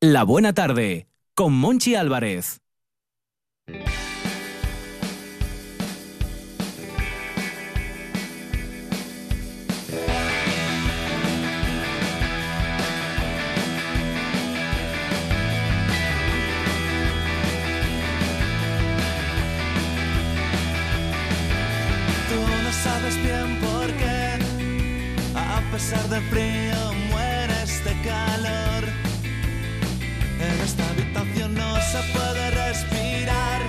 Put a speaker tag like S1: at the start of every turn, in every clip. S1: La Buena Tarde con Monchi Álvarez.
S2: Tú no sabes bien por qué, a pesar del frío mueres de calor. En esta habitación no se puede respirar.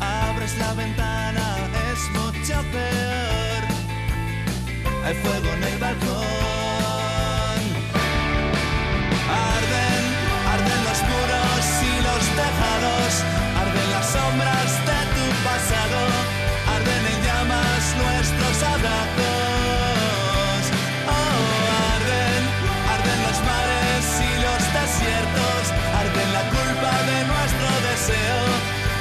S2: Abres la ventana, es mucho peor. Hay fuego en el balcón. Arden, arden los muros y los tejados, arden las sombras de tu pasado, arden en llamas nuestros abrazos. Oh, arden, arden los mares y los desiertos, arden la culpa de nuestro deseo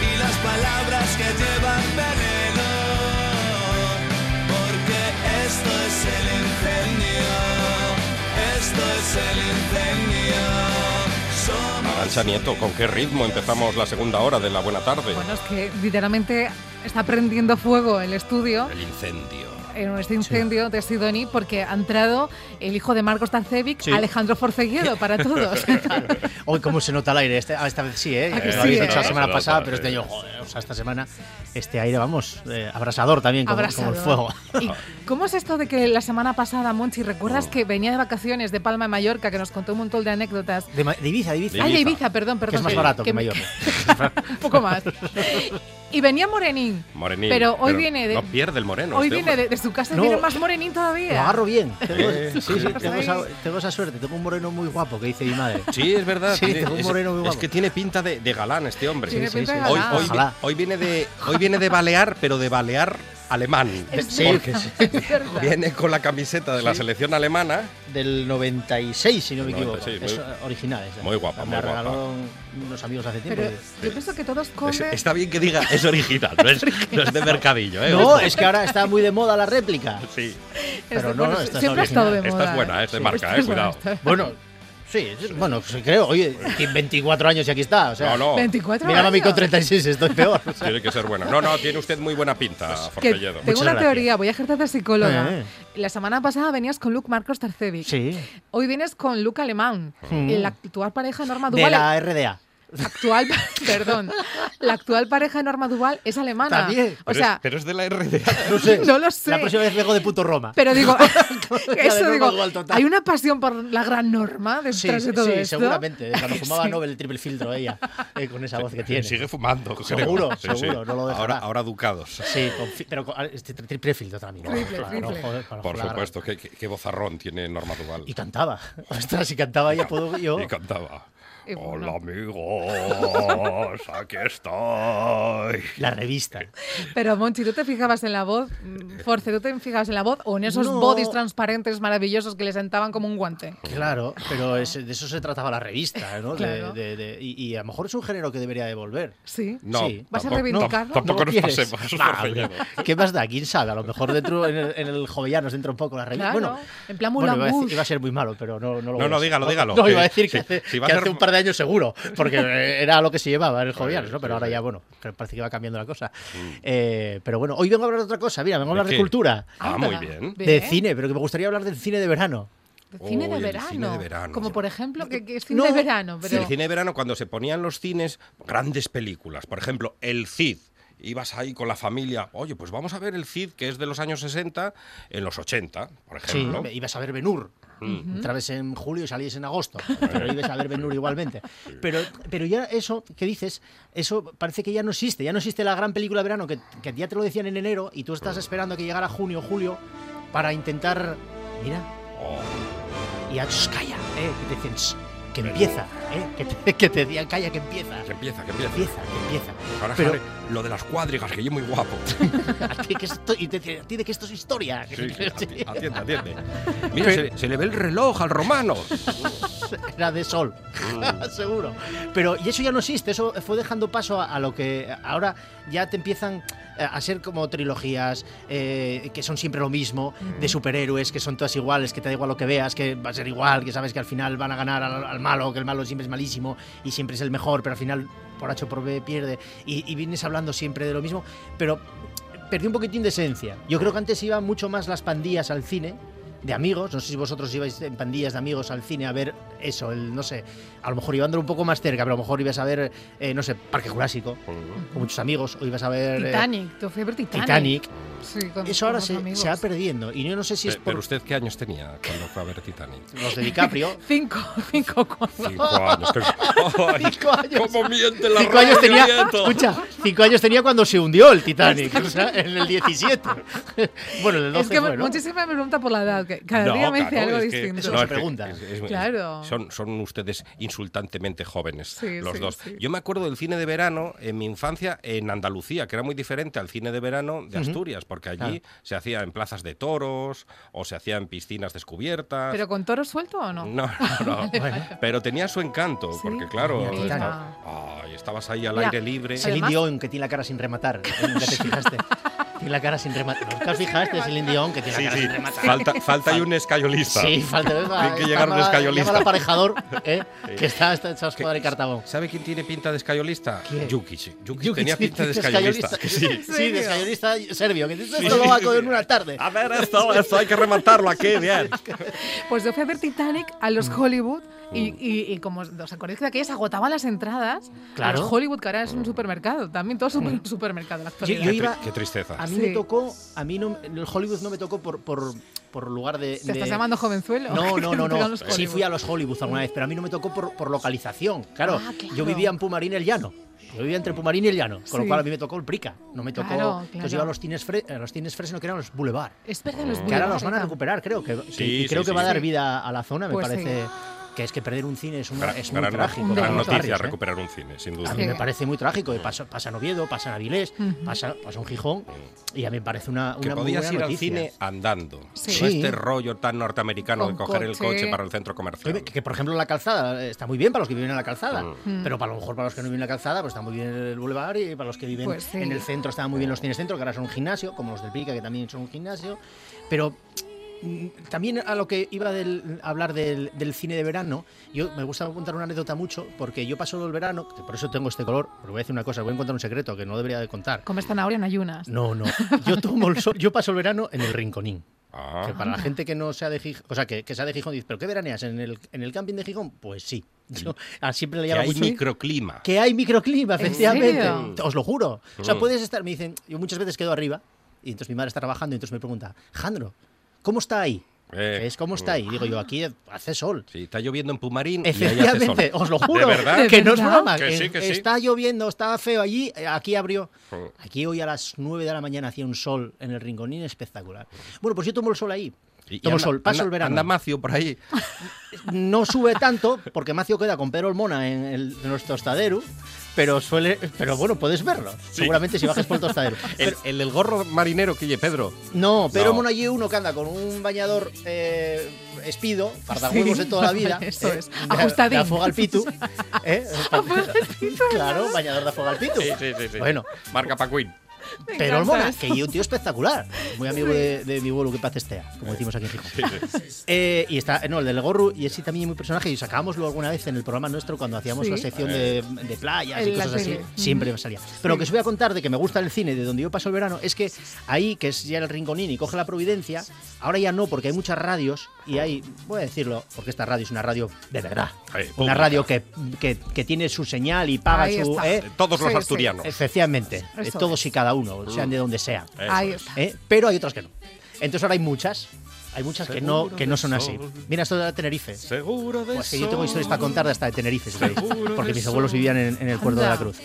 S2: y las palabras que llevan veneno, porque esto es el incendio, esto es el incendio. Somos
S3: Arancha Nieto, ¿con qué ritmo empezamos la segunda hora de la buena tarde?
S4: Bueno, es que literalmente está prendiendo fuego el estudio,
S3: El incendio.
S4: en este incendio de Sidoni, porque ha entrado el hijo de Marcos Tarcevic,
S5: Sí.
S4: Alejandro Forceguedo, para todos.
S5: Hoy cómo se nota el aire, este- esta vez sí, ¿eh?
S4: ¿A que
S5: Lo
S4: sí,
S5: habéis
S4: eh?
S5: dicho la
S3: Se
S5: semana
S3: nota,
S5: pasada,
S3: sí.
S5: pero este año, joder, o sea, esta semana, este aire, vamos, eh, abrasador también, como, como
S4: Abrasador.
S5: el fuego.
S4: ¿Y cómo es esto de que la semana pasada, Monchi,
S5: Oh.
S4: recuerdas que venía de vacaciones de Palma de Mallorca, que nos contó un montón de anécdotas?
S5: De, Ma- de Ibiza, de Ibiza.
S4: Ah, de
S3: Ibiza.
S4: Ibiza, perdón, perdón.
S5: que es más barato que,
S4: me-
S5: Mallorca.
S4: Un poco más. Y venía Morenín.
S3: Morenín.
S4: Pero hoy viene de-
S3: No pierde el moreno.
S4: Hoy
S3: este
S4: viene
S3: hombre.
S4: de, de su casa y
S5: No.
S4: viene más Morenín
S5: Lo
S4: todavía.
S5: agarro bien. Tengo,
S3: Eh,
S5: sí, sí,
S3: sí,
S5: tengo, esa, tengo esa suerte. Tengo un moreno muy guapo que dice mi madre.
S3: Sí, es verdad.
S5: Sí,
S3: tiene-
S5: tengo un
S3: es,
S5: moreno muy
S3: es
S5: guapo.
S3: que tiene pinta de, de galán este hombre.
S4: Tiene
S5: Sí, sí,
S4: pinta de
S5: sí.
S3: Hoy,
S4: galán.
S3: hoy, vi-
S5: Ojalá.
S3: hoy viene de, hoy viene de balear, pero de balear alemán.
S4: Es
S5: Sí,
S4: verdad,
S5: que sí.
S4: es verdad.
S3: Viene con la camiseta de la
S5: Sí.
S3: selección alemana.
S5: Del 96, si no me
S3: Del
S5: equivoco.
S3: 96,
S5: es
S3: muy-
S5: eh, original. esa.
S3: muy guapa,
S5: Me
S3: muy
S5: la
S3: guapa.
S5: regalaron unos amigos hace tiempo.
S4: Pero
S5: y-
S4: yo pienso que todos
S3: Es-
S4: comen.
S3: está bien que diga, es original, no es, no es de mercadillo. ¿eh?
S5: No,
S3: Ojo.
S5: es que ahora está muy de moda la réplica.
S3: Sí,
S5: pero
S4: Este-
S5: no,
S4: bueno,
S5: esta es
S4: siempre ha
S5: original.
S4: estado de moda.
S3: esta es buena, esta es de
S5: Sí,
S3: marca,
S4: Esta
S3: eh,
S4: es buena,
S3: cuidado.
S4: esta es-
S5: Bueno, sí, sí, bueno, sí, creo. Oye, 24 años y aquí está. O sea,
S3: No, no,
S4: 24
S5: Mira, mami,
S4: años.
S5: con 36 estoy peor.
S3: tiene que ser buena. No, no, tiene usted muy buena pinta,
S4: Que
S3: Fortelledo.
S4: tengo
S5: Muchas
S4: una
S5: gracias.
S4: teoría, voy a ejercer de psicóloga.
S5: Eh.
S4: La semana pasada venías con Luke Marcos Tarcevic.
S5: Sí.
S4: Hoy vienes con Luke Alemán,
S5: Mm.
S4: la actual pareja de Norma
S5: De
S4: Duval.
S5: la RDA.
S4: Actual, perdón, la actual pareja de Norma Duval es alemana.
S5: También.
S4: O
S3: Pero
S4: sea,
S3: es, pero es de la RDA.
S5: No sé.
S4: No lo sé.
S5: La próxima vez vengo de puto Roma.
S4: pero digo,
S5: de
S4: eso
S5: Norma
S4: digo,
S5: Duval total.
S4: hay una pasión por la gran Norma
S5: Sí,
S4: detrás
S5: sí,
S4: de todo
S5: sí,
S4: esto.
S5: seguramente. Cuando fumaba
S4: Sí.
S5: Nobel el triple filtro ella, eh, con esa voz que tiene.
S3: Sigue fumando. creo.
S5: Seguro, seguro, no lo dejará.
S3: Ahora, ahora ducados.
S5: Sí, con fi- pero con, ah, este tri- triple filtro también.
S4: Triple,
S5: Claro,
S4: triple.
S5: joder, para
S3: Por
S5: jugar.
S3: supuesto, qué, qué- qué bozarrón tiene Norma Duval.
S5: Y cantaba. Ostras, si cantaba ella puedo yo.
S3: Y cantaba.
S4: Y bueno.
S3: Hola amigos, aquí estoy.
S5: La revista.
S4: Pero Monchi, ¿tú te fijabas en la voz? Mm, Force, ¿tú te fijabas en la voz o en esos
S5: No.
S4: bodies transparentes maravillosos que le sentaban como un guante?
S5: Claro, pero es- de eso se trataba la revista, ¿no? De-
S4: Claro.
S5: de- de- y, y a lo mejor es un género que debería devolver.
S4: Sí.
S3: No,
S5: Sí.
S4: ¿Vas a
S3: tampoco-
S4: reivindicarlo?
S3: tam- Tampoco
S5: ¿No
S3: nos
S5: quieres?
S3: pasemos.
S5: Va,
S3: Forcelledo.
S5: ¿Qué más da? ¿Quién sabe? A lo mejor dentro en el, en el Jovellanos dentro un poco la revista.
S4: Claro,
S5: Bueno,
S4: en plan
S5: bueno,
S4: Moulin
S5: iba, a decir-
S4: Rouge.
S5: iba a ser muy malo, pero no, no lo
S3: No,
S5: voy a
S3: no,
S5: decir.
S3: dígalo, dígalo.
S5: No,
S3: Que-
S5: iba a decir
S3: si-
S5: que, hace,
S3: si va a
S5: que
S3: ser-
S5: hace un par de años seguro, porque eh, era lo que se llevaba en el Jovellanos, ¿no?
S3: sí,
S5: Pero ahora
S3: sí. Mm.
S5: ya, bueno, que parece que va cambiando la cosa. Eh, pero bueno, hoy vengo a hablar de otra cosa. Mira, vengo a hablar
S3: ¿De
S5: de,
S3: qué?
S5: cultura,
S3: Ah,
S4: Anda,
S3: muy bien.
S4: ve,
S5: de
S4: ¿eh?
S5: cine, pero que me gustaría hablar del cine de verano.
S4: De Cine de
S3: Uy, el
S4: verano.
S3: cine de verano.
S4: Como por ejemplo, que, que es cine
S5: No,
S4: de verano, pero
S3: El cine de verano, cuando se ponían los cines, grandes películas. Por ejemplo, El Cid. Ibas ahí con la familia, oye, pues vamos a ver el Cid, que es de los años 60, en los 80, por
S5: Sí,
S3: ejemplo.
S5: ibas a ver Benur. Entrabas en julio y salías en agosto, pero ibas a ver Benur igualmente. Pero, pero ya eso que dices, eso parece que ya no existe. Ya no existe la gran película de verano que, que ya te lo decían en enero y tú estás esperando que llegara junio o julio para intentar. Mira,
S3: Oh,
S5: y a, "Shh, calla, eh, que te decían, "Shh, que empieza, eh, que te, que te decían, calla, que empieza.
S3: que
S5: Que
S3: empieza, que empieza.
S5: empieza, que empieza.
S3: Ahora
S5: Pero-
S3: sale lo de las cuadrigas, que yo muy guapo.
S5: A ti que esto, y te decían, "A ti de que esto es historia.
S3: Sí, sí, ati- atiende, atiende. Mira, se, se le ve el reloj al romano.
S5: era de sol, seguro. Pero y eso ya no existe, eso fue dejando paso a, a lo que ahora ya te empiezan eh, a a ser como trilogías eh, que son siempre lo mismo, de superhéroes que son todas iguales, que te da igual lo que veas, que va a ser igual, que sabes que al final van a ganar al, al malo, que el malo siempre siempre es malísimo y siempre es el mejor, pero al final por H o por B pierde y, y vienes hablando siempre de lo mismo, pero perdí un poquitín de esencia. Yo creo que antes iban mucho más las pandillas al cine de amigos, no sé si vosotros ibais en pandillas de amigos al cine a ver eso, el, no sé, a lo mejor ibándolo un poco más cerca, pero a lo mejor ibas a ver, eh, no sé, Parque Jurásico, con muchos amigos, o ibas a ver... eh,
S4: Titanic, tu fiebre Titanic.
S5: Titanic.
S4: Sí, con-
S5: Eso
S4: con
S5: ahora
S4: los
S5: se,
S4: amigos.
S5: se va perdiendo. Y yo no sé si es
S3: Pe- Pero
S5: por
S3: usted, ¿qué años tenía cuando fue a ver Titanic?
S5: los de DiCaprio.
S4: Cinco, cinco, cuatro.
S3: Cinco años. que- Ay,
S5: Cinco años.
S3: ¿Cómo miente la
S5: Cinco años
S3: radio,
S5: tenía,
S3: nieto?
S5: escucha, cinco años tenía cuando se hundió el Titanic, o sea, en el 17. Bueno, en el 12
S4: Es que
S5: fue, ¿no?
S4: muchísima me pregunta por la edad. que Cada día me dice
S3: claro,
S4: algo
S3: es que-
S4: distinto.
S5: Eso no se
S3: es que-
S5: pregunta.
S3: es- es- es-
S4: Claro.
S3: Son, son ustedes insultantemente jóvenes,
S4: Sí,
S3: los
S4: sí,
S3: dos.
S4: sí.
S3: Yo me acuerdo del cine de verano en mi infancia en Andalucía, que era muy diferente al cine de verano de Asturias, porque allí
S5: Claro.
S3: se hacía en plazas de toros o se hacía en piscinas descubiertas.
S4: ¿Pero con toro suelto o no?
S3: No, no, no. Pero tenía su encanto,
S4: Sí.
S3: porque claro,
S5: Mira,
S3: estaba- ay, estabas ahí al
S4: Mira,
S3: aire libre.
S4: se-
S5: Celine
S4: Además-
S5: Dion, que tiene la cara sin rematar. Nunca te fijaste. Tiene la cara sin rematar. Nunca fijaste, Celine Dion, que tiene la
S3: Sí,
S5: cara
S3: sí.
S5: sin rematar.
S3: Falta, falta ahí un escayolista.
S5: Sí, falta.
S3: Tiene que llegar un
S5: Llama al
S3: escayolista.
S5: aparejador, ¿eh? que está, está, está escuadra de cartabón.
S3: ¿Sabe quién tiene pinta de escayolista?
S5: ¿Quién?
S3: Yuki. sí. Yuki,
S5: Yo
S3: tenía
S5: que-
S3: pinta de
S5: escayolista.
S3: escayolista. Sí.
S5: Sí, de escayolista serbio, que dice
S3: Sí, Ah.
S5: esto lo
S3: sí,
S5: va a comer
S3: sí.
S5: en una tarde.
S3: A ver, esto, esto hay que rematarlo aquí, bien.
S4: Pues yo fui a ver Titanic a
S5: Mm.
S4: los Hollywood y, y- y como os acordáis que de aquellas agotaban las entradas, a
S5: Claro. Mm.
S4: los Hollywood, que ahora es un supermercado, también todo es un supermercado en la
S5: Yo-
S4: actualidad.
S5: yo
S3: Qué,
S5: iba-
S3: tri- qué tristeza.
S5: A mí me
S4: Sí.
S5: tocó, a mí no, el Hollywood no me tocó por, por, por lugar de...
S4: ¿Te estás
S5: de-
S4: llamando jovenzuelo?
S5: No, no, no,
S4: Digan
S5: no.
S4: los
S5: Sí
S4: Hollywood.
S5: fui a los Hollywood alguna vez, pero a mí no me tocó por, por localización. Claro,
S4: Ah, claro.
S5: yo vivía en Pumarín y el Llano. Yo vivía entre Pumarín y el Llano, con lo
S4: Sí.
S5: cual a mí me tocó el Prica. No me tocó...
S4: Claro, claro.
S5: Entonces iba a los cines, fre a los cines Fresno, que eran los Boulevard.
S4: Es verdad, los
S5: que ahora
S4: Boulevard
S5: los van a
S4: eran.
S5: recuperar, creo. Que, que-
S3: Sí,
S5: y creo
S3: sí,
S5: que va a
S3: sí,
S5: dar
S3: sí.
S5: vida a la zona, me
S4: Pues sí.
S5: parece... Que es que perder un cine es, una,
S3: Gran-
S5: es muy
S3: gran,
S5: trágico.
S3: gran
S5: para los
S3: noticia
S5: barrios, ¿eh?
S3: recuperar un cine, sin duda.
S5: A mí
S4: Sí.
S5: me parece muy trágico. y Pasa, pasa en Oviedo, pasa en Avilés, pasa, pasa en Gijón. Y a mí me parece una,
S3: Que
S5: una muy
S3: podías
S5: buena
S3: ir al
S5: noticia.
S3: cine andando.
S4: Sí.
S3: No este rollo tan norteamericano
S4: Con
S3: de coger el
S4: coche.
S3: coche para el centro comercial.
S5: Que, que, por ejemplo la calzada eh, está muy bien para los que viven en la calzada,
S4: Mm.
S5: pero para lo mejor para los que no viven en la calzada pues está muy bien el boulevard y para los que viven
S4: Pues sí.
S5: en el centro están muy bien los cines centro que ahora son un gimnasio, como los del Pica que también son un gimnasio, pero mm, también a lo que iba del, a hablar del, del cine de verano, yo me gusta contar una anécdota mucho porque yo paso el verano, que por eso tengo este color, pero voy a decir una cosa, voy a contar un secreto que no debería de contar.
S4: Comes zanahoria en ayunas.
S5: No, no, yo tomo el sol, yo paso el verano en el Rinconín.
S3: Ah,
S5: Que para la gente que no sea de Gijón, o sea, que, que sea de Gijón, dice, ¿pero qué veraneas en el, en el camping de Gijón? Pues sí. Yo, ah, siempre le
S3: Mm. que
S5: llamo
S3: hay microclima.
S5: que hay microclima,
S4: ¿En
S5: efectivamente.
S4: serio?
S5: Os lo juro. O sea,
S3: Mm.
S5: puedes estar, me dicen, yo muchas veces quedo arriba y entonces mi madre está trabajando y entonces me pregunta, Jandro, ¿cómo está ahí?
S3: Eh,
S5: Que es cómo está ahí. Y Digo yo, aquí hace sol.
S3: Sí, está lloviendo en Pumarín y ahí hace sol.
S5: Efectivamente, os lo juro.
S3: ¿De verdad?
S5: Que no es
S4: ¿De verdad?
S5: broma.
S3: Que sí,
S5: en-
S3: que sí. Oh.
S5: Está lloviendo, está feo allí. eh, Aquí abrió.
S3: Joder.
S5: Aquí hoy a las 9 de la mañana hacía un sol en el rinconín espectacular. Bueno, pues yo tomo el sol ahí.
S3: Y- y
S5: Tomo el
S3: anda-
S5: sol, paso
S3: anda-
S5: el verano.
S3: Anda Macio por ahí.
S5: no sube tanto porque Macio queda con Pedro Olmona en, el, en los tostaderos, pero suele, pero bueno, puedes verlo. Seguramente si bajas por el tostadero.
S3: El, el, del gorro marinero que oye Pedro.
S5: No, Pedro
S3: No.
S5: Olmona allí uno que anda con un bañador eh, espido, huevos de toda la vida. eh,
S4: eso es.
S5: de-
S4: Ajustadín.
S5: De afoga al pitu. ¿eh? claro, bañador de afoga al pitu. Bueno,
S3: Marca Paquín.
S4: encanta
S5: Pedro Olmona,
S4: eso.
S5: que es un tío espectacular. Muy amigo de, de mi abuelo que paz estea, como decimos aquí en Gijón. Eh, y está, no, el del Gorru, y ese también es muy personaje, y sacábamoslo alguna vez en el programa nuestro cuando hacíamos
S4: Sí.
S5: la sección de, de playas y
S4: En la
S5: cosas así.
S4: tele.
S5: Siempre me salía. Pero lo que os voy a contar de que me gusta el cine, de donde yo paso el verano, es que ahí, que es ya el rinconín y coge la providencia, ahora ya no, porque hay muchas radios, y hay, voy a decirlo, porque esta radio es una radio de verdad.
S3: Eh,
S5: Una
S3: pública.
S5: radio que, que, que tiene su señal y paga
S4: Ahí
S5: su.
S4: está.
S5: eh,
S3: Todos los
S4: Sí, sí.
S3: asturianos.
S5: Efectivamente, de
S4: Eso
S5: todos y cada
S3: Mm.
S5: uno, sean de donde sean.
S3: Eso
S4: Ahí
S3: es.
S4: está.
S5: ¿eh? Pero hay otras que no. Entonces ahora hay muchas, hay muchas que no, que no son así. Mira esto de la Tenerife.
S3: Seguro de
S5: Pues que yo tengo
S3: sol.
S5: historias para contar de hasta de Tenerife, si queréis,
S3: Seguro
S5: porque
S3: de
S5: mis abuelos
S3: sol.
S5: vivían en, en el Puerto de la
S4: Anda.
S5: Cruz.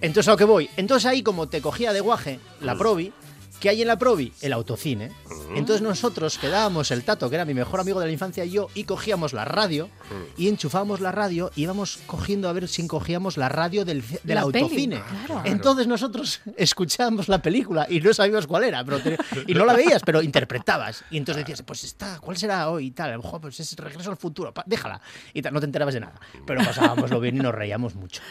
S5: Entonces a lo que voy, entonces ahí como te cogía de guaje
S3: Mm.
S5: la Provi, ¿qué hay en la Provi? El autocine. Entonces nosotros quedábamos el Tato, que era mi mejor amigo de la infancia y yo, y cogíamos la radio,
S3: Mm.
S5: y enchufábamos la radio, y íbamos cogiendo a ver si cogíamos la radio del, del
S4: La peli,
S5: autocine.
S4: claro.
S5: Entonces nosotros escuchábamos la película y no sabíamos cuál era, pero te- y no la veías, pero interpretabas. Y entonces decías, pues está, ¿cuál será hoy? Y tal, a lo mejor pues es Regreso al Futuro, pa- déjala. Y tal, no te enterabas de nada. Pero pasábamos lo bien y nos reíamos mucho.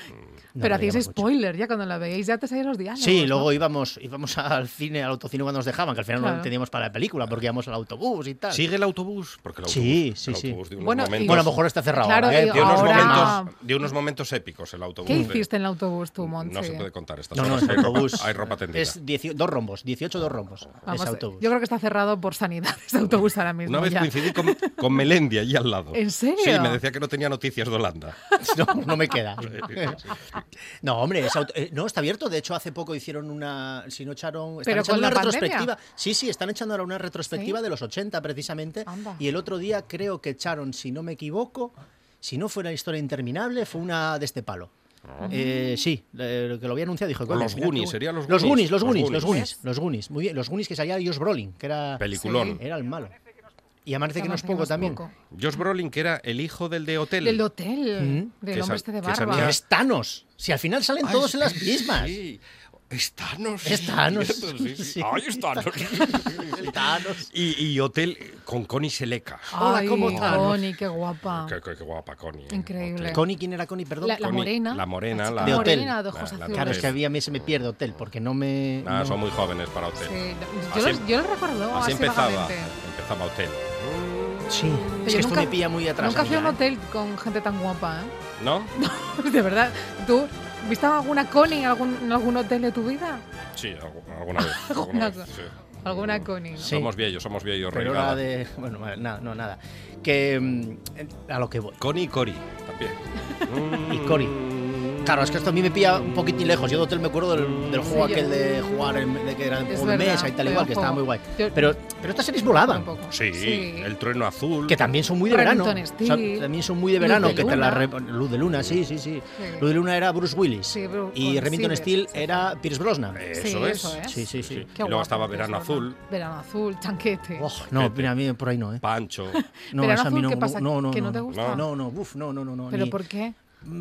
S5: Nos
S4: Pero hacéis
S5: reíamos mucho.
S4: spoiler, ya cuando la veíais ya te sabéis los diálogos.
S5: Sí,
S4: ¿no?
S5: luego íbamos, íbamos al cine, al autocine cuando nos dejaban, que al final
S4: Claro.
S5: no entendíamos para la película porque íbamos al autobús y tal.
S3: ¿Sigue el autobús? Porque el autobús,
S5: Sí,
S3: el
S5: sí, sí.
S3: autobús de unos
S4: Bueno, y-
S3: momentos,
S5: Bueno, a lo mejor está cerrado.
S4: Claro,
S5: ahora, ¿eh?
S4: digo,
S3: de, unos
S4: ahora-
S3: momentos, de unos momentos épicos el autobús.
S4: Ah. ¿Qué
S3: de-
S4: hiciste en el autobús tú, Monchi?
S3: No se puede contar estas
S5: No, no,
S3: cosas.
S5: es
S3: hay ropa-
S5: autobús.
S3: Hay ropa tendida.
S5: Es 18 dos rombos, 18 dos rombos.
S4: Vamos,
S5: es autobús.
S4: Yo creo que está cerrado por sanidad ese autobús ahora mismo.
S3: Una vez
S4: ya.
S3: coincidí con, con Melendi allí al lado.
S4: ¿En serio?
S3: Sí, me decía que no tenía noticias de Holanda.
S5: No, no me queda.
S3: Sí,
S5: No, hombre, es auto- eh, no, está abierto. De hecho, hace poco hicieron una. Si no echaron. Están
S4: Pero
S5: echando
S4: con la
S5: una
S4: pandemia.
S5: retrospectiva. Sí, sí, están echando ahora una retrospectiva
S4: Sí.
S5: de los 80, precisamente.
S4: Anda.
S5: Y el otro día creo que echaron, si no me equivoco, si no fue la historia interminable, fue una de este palo. Eh, sí, eh, que lo había anunciado, dijo.
S3: O Ah. los
S5: mira,
S3: Goonies,
S5: qué bueno.
S3: serían los
S5: Los
S3: Goonies,
S5: Goonies, los
S3: los
S5: Goonies, los
S3: Goonies.
S5: Goonies, los Goonies. Muy bien, los Goonies que salía Josh Brolin, que era.
S3: Peliculón.
S5: Era el malo. Y amanece que no es
S4: Además,
S5: poco
S4: tenemos
S5: también.
S4: poco.
S3: Josh Brolin, que era el hijo del de Hotel.
S4: Del hotel,
S5: Mm.
S3: Que
S4: del hombre
S3: sal-
S4: este de
S3: que
S4: barba.
S5: Que
S3: salía-
S5: es Thanos. Si al final salen
S3: Ay,
S5: todos en las
S3: sí,
S5: mismas.
S3: Sí. Estanos.
S5: Es Thanos.
S3: Pues Sí, sí.
S5: Sí.
S3: Ay, Estanos.
S5: El Thanos.
S3: y, y Hotel con Connie Seleca.
S5: Hola,
S4: Ay,
S5: ¿cómo estás?
S4: Connie, qué guapa.
S3: Qué, qué- qué guapa Connie. ¿eh?
S4: Increíble.
S3: Hotel.
S5: Connie, ¿quién era Connie? Perdón.
S4: La, la
S3: Connie,
S4: morena.
S3: la morena,
S4: chica
S3: la-
S5: De hotel.
S4: morena de ojos
S3: La- la-
S4: azules.
S5: Claro, es que
S3: Hotel.
S5: a mí a mí se me pierde hotel porque no me.
S3: Nada,
S5: no-
S3: Ah, son muy jóvenes para Hotel.
S4: Sí,
S3: Así
S4: yo,
S3: em-
S4: lo, yo lo recuerdo
S3: Así
S4: así,
S3: empezaba.
S4: vagamente.
S3: Empezaba Hotel.
S5: Sí. Es
S4: yo
S5: que esto
S4: nunca-
S5: me pilla muy atrás.
S4: Nunca
S5: a mí,
S4: fui a un
S5: ¿eh?
S4: hotel con gente tan guapa, ¿eh?
S3: ¿No?
S4: De verdad, ¿tú viste alguna Connie en algún, en algún hotel de tu vida?
S3: Sí, algu- alguna vez.
S4: Alguna
S3: alguna
S4: co-
S3: vez sí.
S4: Alguna Connie. ¿no?
S5: Sí.
S3: Somos viejos, somos viejos.
S5: Pero
S3: reigada.
S5: la de. Bueno, nada, no, nada. Que. mm, A lo que voy.
S3: Connie y Cori también.
S5: Y Cory. Claro, es que esto a mí me pilla un poquitín lejos. Yo de hotel me acuerdo del, del juego
S4: Sí, yo-
S5: aquel de jugar en, de que era
S4: Es
S5: en
S4: verdad,
S5: mesa y tal
S4: era
S5: igual,
S4: un
S5: que
S4: juego.
S5: estaba muy guay.
S4: Yo-
S5: Pero, pero estas series volaban.
S4: Tampoco.
S3: Sí, el trueno azul.
S5: Que también son muy de verano.
S4: Remington
S5: O sea,
S4: Steel,
S5: también son muy de
S4: Luz
S5: verano.
S4: de
S5: que te
S4: Luna.
S5: la re- Luz de Luna, sí, sí, sí.
S4: Sí.
S5: Luz de Luna era Bruce Willis.
S4: Sí, Bru-
S5: y
S4: con
S5: Remington
S4: Silver,
S5: Steel
S4: sí, sí.
S5: era Pierce Brosnan.
S3: Eso
S4: Sí,
S3: es.
S4: eso ¿eh? es.
S5: Sí,
S3: Sí.
S5: sí, sí.
S3: Y
S4: Qué
S3: luego
S4: guapo,
S3: estaba
S4: qué
S3: Verano
S4: tesoro.
S3: Azul,
S4: Verano azul, chanquete.
S5: Oj, no, mira, a mí por ahí no, ¿eh?
S3: Pancho.
S5: No,
S4: Verano
S5: esa a mí
S4: azul,
S5: no,
S4: ¿qué
S5: no,
S4: pasa?
S5: No, no,
S4: ¿Que no
S5: no
S4: te gusta?
S5: No, no, uf, no, no, no. no
S4: ¿Pero
S5: ni-
S4: por qué?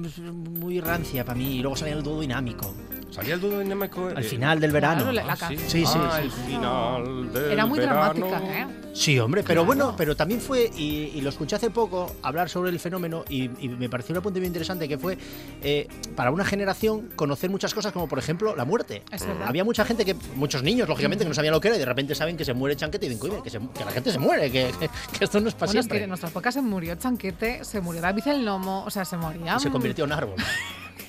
S5: Es Muy rancia para mí. Y luego salía el dúo dinámico.
S3: Salía el dúo dinámico.
S5: Al
S3: eh,
S5: final del verano.
S4: Claro, la- la
S3: ah, sí.
S4: canción.
S5: Sí, sí,
S3: Ah,
S5: sí,
S3: el final del
S4: Era muy
S3: verano.
S4: dramática, ¿eh?
S5: Sí, hombre, pero bueno, pero también fue, y, y lo escuché hace poco hablar sobre el fenómeno, y, y me pareció un apunte muy interesante que fue eh, para una generación conocer muchas cosas, como por ejemplo la muerte.
S4: Es verdad.
S5: Había mucha gente que, muchos niños, lógicamente, que no sabían lo que era, y de repente saben que se muere Chanquete y dicen, "Coño, que, se- que la gente se muere, que, que esto no es para
S4: Bueno, es
S5: siempre.
S4: que en nuestra época se murió Chanquete, se murió David el Nomo, o sea, se moría. mm,
S5: Y se convirtió en árbol.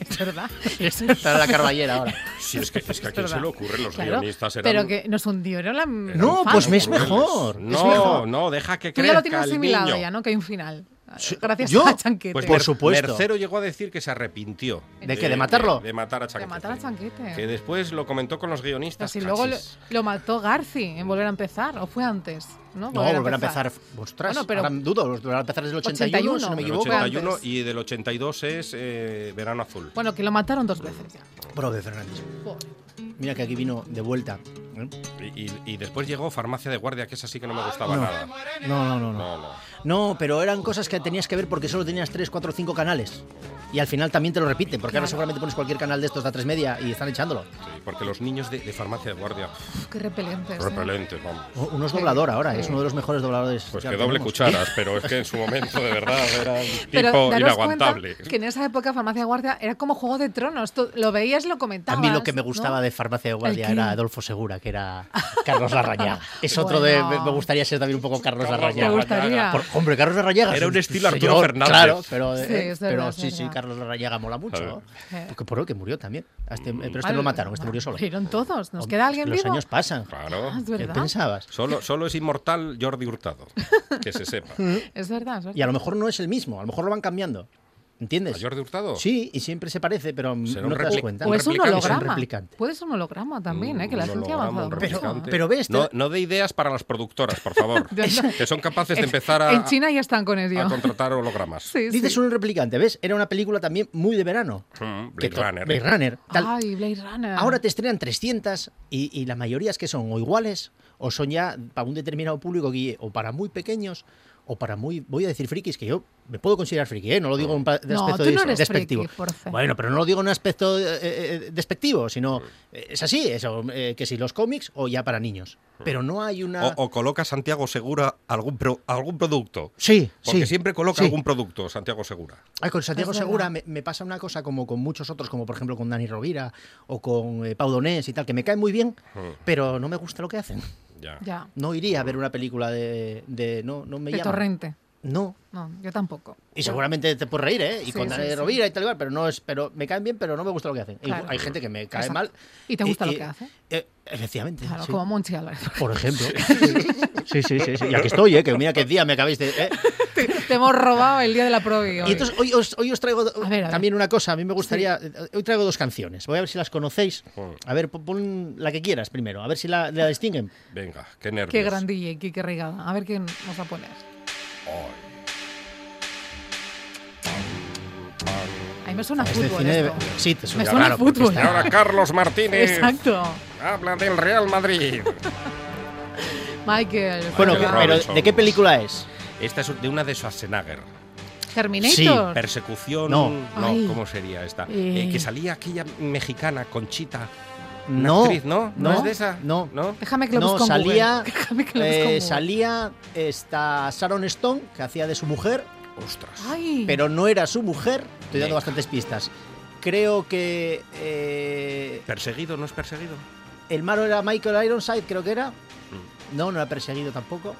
S4: Es verdad.
S5: Está la carballera ahora.
S3: Sí, es que, es que a quién se
S4: verdad.
S3: le ocurren los
S4: Claro,
S3: guionistas. Eran,
S4: pero que nos hundieron la.
S5: No, pues me
S4: me
S5: es mejor.
S3: No,
S5: es mejor.
S3: no, deja que
S4: Tú
S3: crezca
S4: ya lo tienes
S3: el
S4: asimilado
S3: niño.
S4: ya, ¿no? Que hay un final.
S5: Sí,
S4: Gracias
S5: ¿yo?
S4: a Chanquete.
S3: Pues
S5: Por
S3: Mer-
S5: supuesto.
S3: Mercero llegó a decir que se arrepintió.
S5: ¿De qué? ¿De matarlo?
S3: De, de matar a Chanquete.
S4: de matar a Chanquete.
S3: Que después lo comentó con los
S4: Pero
S3: guionistas.
S4: si luego lo,
S3: cachis.
S4: lo mató Garci en Volver a Empezar, o fue antes, ¿no?
S5: No, volver a empezar. Ostras,
S4: Bueno, pero-
S5: ahora dudo, volver a empezar desde el 81,
S4: 81,
S5: si no me
S3: Del
S5: equivoco.
S4: fue
S3: 81
S4: antes.
S3: y del 82 es eh, Verano Azul.
S4: Bueno, que lo mataron dos veces ya.
S5: Prove Fernández.
S4: Joder.
S5: Mira que aquí vino de vuelta. ¿eh?
S3: Y, y- y después llegó Farmacia de Guardia, que esa sí que no me gustaba
S5: No.
S3: nada.
S5: No, no, no, no.
S3: No, no.
S5: No, pero eran cosas que tenías que ver porque solo tenías 3, 4, 5 canales. Y al final también te lo repiten, porque ahora seguramente pones cualquier canal de estos de a 3 media y están echándolo.
S3: Sí, porque los niños de, de Farmacia de Guardia,
S4: Uf, qué repelentes. ¿eh?
S3: repelentes, vamos.
S5: O- Uno es doblador ahora, es uno de los mejores dobladores.
S3: Pues
S5: ya
S3: que doble
S5: tenemos.
S3: cucharas, pero es que en su momento, de verdad, era un tipo
S4: Pero daros cuenta
S3: inaguantable.
S4: que en esa época Farmacia Guardia era como Juego de Tronos. tú lo veías, lo
S5: A
S4: comentabas.
S5: mí lo que me gustaba
S4: ¿no?
S5: de Farmacia de Guardia
S4: qué?
S5: era Adolfo Segura, que era Carlos Larrañaga. Es otro de. Me
S4: Bueno.
S5: me gustaría ser también un poco Carlos
S3: Carlos
S5: Larrañaga.
S4: Me gustaría.
S5: Por- hombre, Carlos Larrañaga.
S3: Era
S5: es
S3: un estilo Arturo
S5: señor,
S3: Fernández.
S5: Claro, pero,
S4: Sí,
S5: eh,
S4: es verdad,
S5: pero
S4: es
S5: sí, sí,
S4: verdad.
S5: Carlos Larrañaga mola mucho.
S4: Joder.
S5: Porque por lo que murió también. A este- eh, pero este
S4: Madre-
S5: lo mataron, este murió solo.
S4: Murieron todos. ¿Nos
S5: Hombre,
S4: queda
S5: es que
S4: alguien vivo?
S5: Los años pasan.
S3: Claro.
S4: Ah, es
S5: ¿Qué
S4: verdad.
S5: pensabas?
S3: Solo, solo es inmortal Jordi Hurtado, que se sepa. ¿A
S4: Es verdad, es verdad.
S5: Y a lo mejor no es el mismo, a lo mejor lo van cambiando. ¿Entiendes?
S3: Jordi Hurtado?
S5: Sí, y siempre se parece, pero mm,
S3: Será
S5: no
S3: un
S5: te das
S3: repli-
S5: cuenta.
S4: o es un
S3: replicante, es un
S4: holograma.
S5: replicante. Mm,
S4: Puede ser un holograma también, ¿eh? que la
S3: Mm, Un
S4: ciencia ha
S3: holograma,
S4: avanzado.
S3: un
S4: mucho.
S3: replicante.
S5: pero ves, te-
S3: No, no de ideas para las productoras, por favor. que son capaces de empezar a,
S4: En China ya están con ello.
S3: a contratar hologramas.
S4: Sí, sí.
S5: Dices un replicante, ¿ves? Era una película también muy de verano.
S3: Mm,
S5: Que
S3: Blade
S5: to-
S3: Runner.
S5: Blade Runner, tal.
S4: Ay, Blade Runner.
S5: Ahora te estrenan 300 y, y la mayoría es que son o iguales o son ya para un determinado público que- o para muy pequeños o o para muy, voy a decir frikis, que yo me puedo considerar friki, ¿eh? no lo digo en un pa- de
S4: No,
S5: aspecto
S4: tú no
S5: dis-
S4: eres
S5: despectivo.
S4: friki, porfa.
S5: Bueno, pero no lo digo en un aspecto eh, eh, despectivo, sino eh, es así, eso, eh, que si los cómics o ya para niños. Pero no hay una...
S3: Mm. O, o coloca Santiago Segura algún, pro- algún producto.
S5: Sí,
S3: Porque
S5: sí.
S3: siempre coloca
S5: Sí.
S3: algún producto, Santiago Segura.
S5: Ay, con Santiago
S4: Es verdad.
S5: Segura me, me pasa una cosa como con muchos otros, como por ejemplo con Dani Rovira o con eh, Pau Donés y tal, que me caen muy bien,
S3: Mm.
S5: pero no me gusta lo que hacen.
S3: Ya.
S4: Ya,
S5: No iría a ver una película de... de- no, no me
S4: de
S5: llama.
S4: torrente.
S5: No.
S4: No, yo tampoco.
S5: Y seguramente te puedes reír, ¿eh? Y
S4: Sí,
S5: con Dani
S4: sí, sí.
S5: Rovira y tal y cual, pero no es, pero me caen bien, pero no me gusta lo que hacen. Y
S4: Claro.
S5: Hay gente que me cae
S4: Exacto.
S5: mal.
S4: ¿Y te gusta lo que hace?
S5: eh, efectivamente.
S4: Claro,
S5: sí.
S4: como Monchi Álvarez.
S5: Por ejemplo. Sí, sí, sí, sí. Y aquí estoy, ¿eh? Que mira qué día me acabéis de. ¿eh?
S4: Te, te hemos robado el día de la probi.
S5: Y entonces hoy os, hoy os traigo do-
S4: A ver, a ver.
S5: también una cosa. A mí me gustaría. eh, Hoy traigo dos canciones. Voy a ver si las conocéis.
S3: Joder.
S5: A ver, pon- pon la que quieras primero. A ver si la, la distinguen.
S3: Venga, qué nervios.
S4: Qué gran DJ, Kike Regada. A ver qué nos va a poner.
S3: Ay,
S4: Ahí me suena a
S5: Es de
S4: fútbol
S5: Este cine de-
S4: esto.
S5: Sí, te
S4: Me
S5: suena
S4: suena a
S5: raro, porque
S4: fútbol.
S3: Y ahora Carlos Martínez
S4: Exacto.
S3: habla del Real Madrid.
S4: Michael.
S5: Bueno,
S4: Jordan,
S3: Michael
S5: pero
S3: Robinson.
S5: ¿de qué película es?
S3: Esta es de una de Schwarzenegger.
S4: Terminator.
S3: Persecución.
S5: No.
S4: Ay.
S3: ¿cómo sería esta?
S4: Eh.
S3: Eh, que salía aquella mexicana, Conchita. una
S5: No.
S3: actriz, ¿no? ¿No
S5: no,
S3: es de esa?
S5: no.
S3: ¿No?
S4: Déjame que lo
S5: No,
S4: busque en
S5: salía,
S4: Google. Déjame que lo busque en
S5: eh,
S4: Google.
S5: salía esta Sharon Stone, que hacía de su mujer,
S3: Ostras.
S4: Ay.
S5: pero no era su mujer. Estoy dando
S3: Venga.
S5: bastantes pistas. Creo que eh,
S3: ¿Perseguido? ¿No es perseguido?
S5: el malo era Michael Ironside, creo que era.
S3: Mm.
S5: No, no era perseguido tampoco.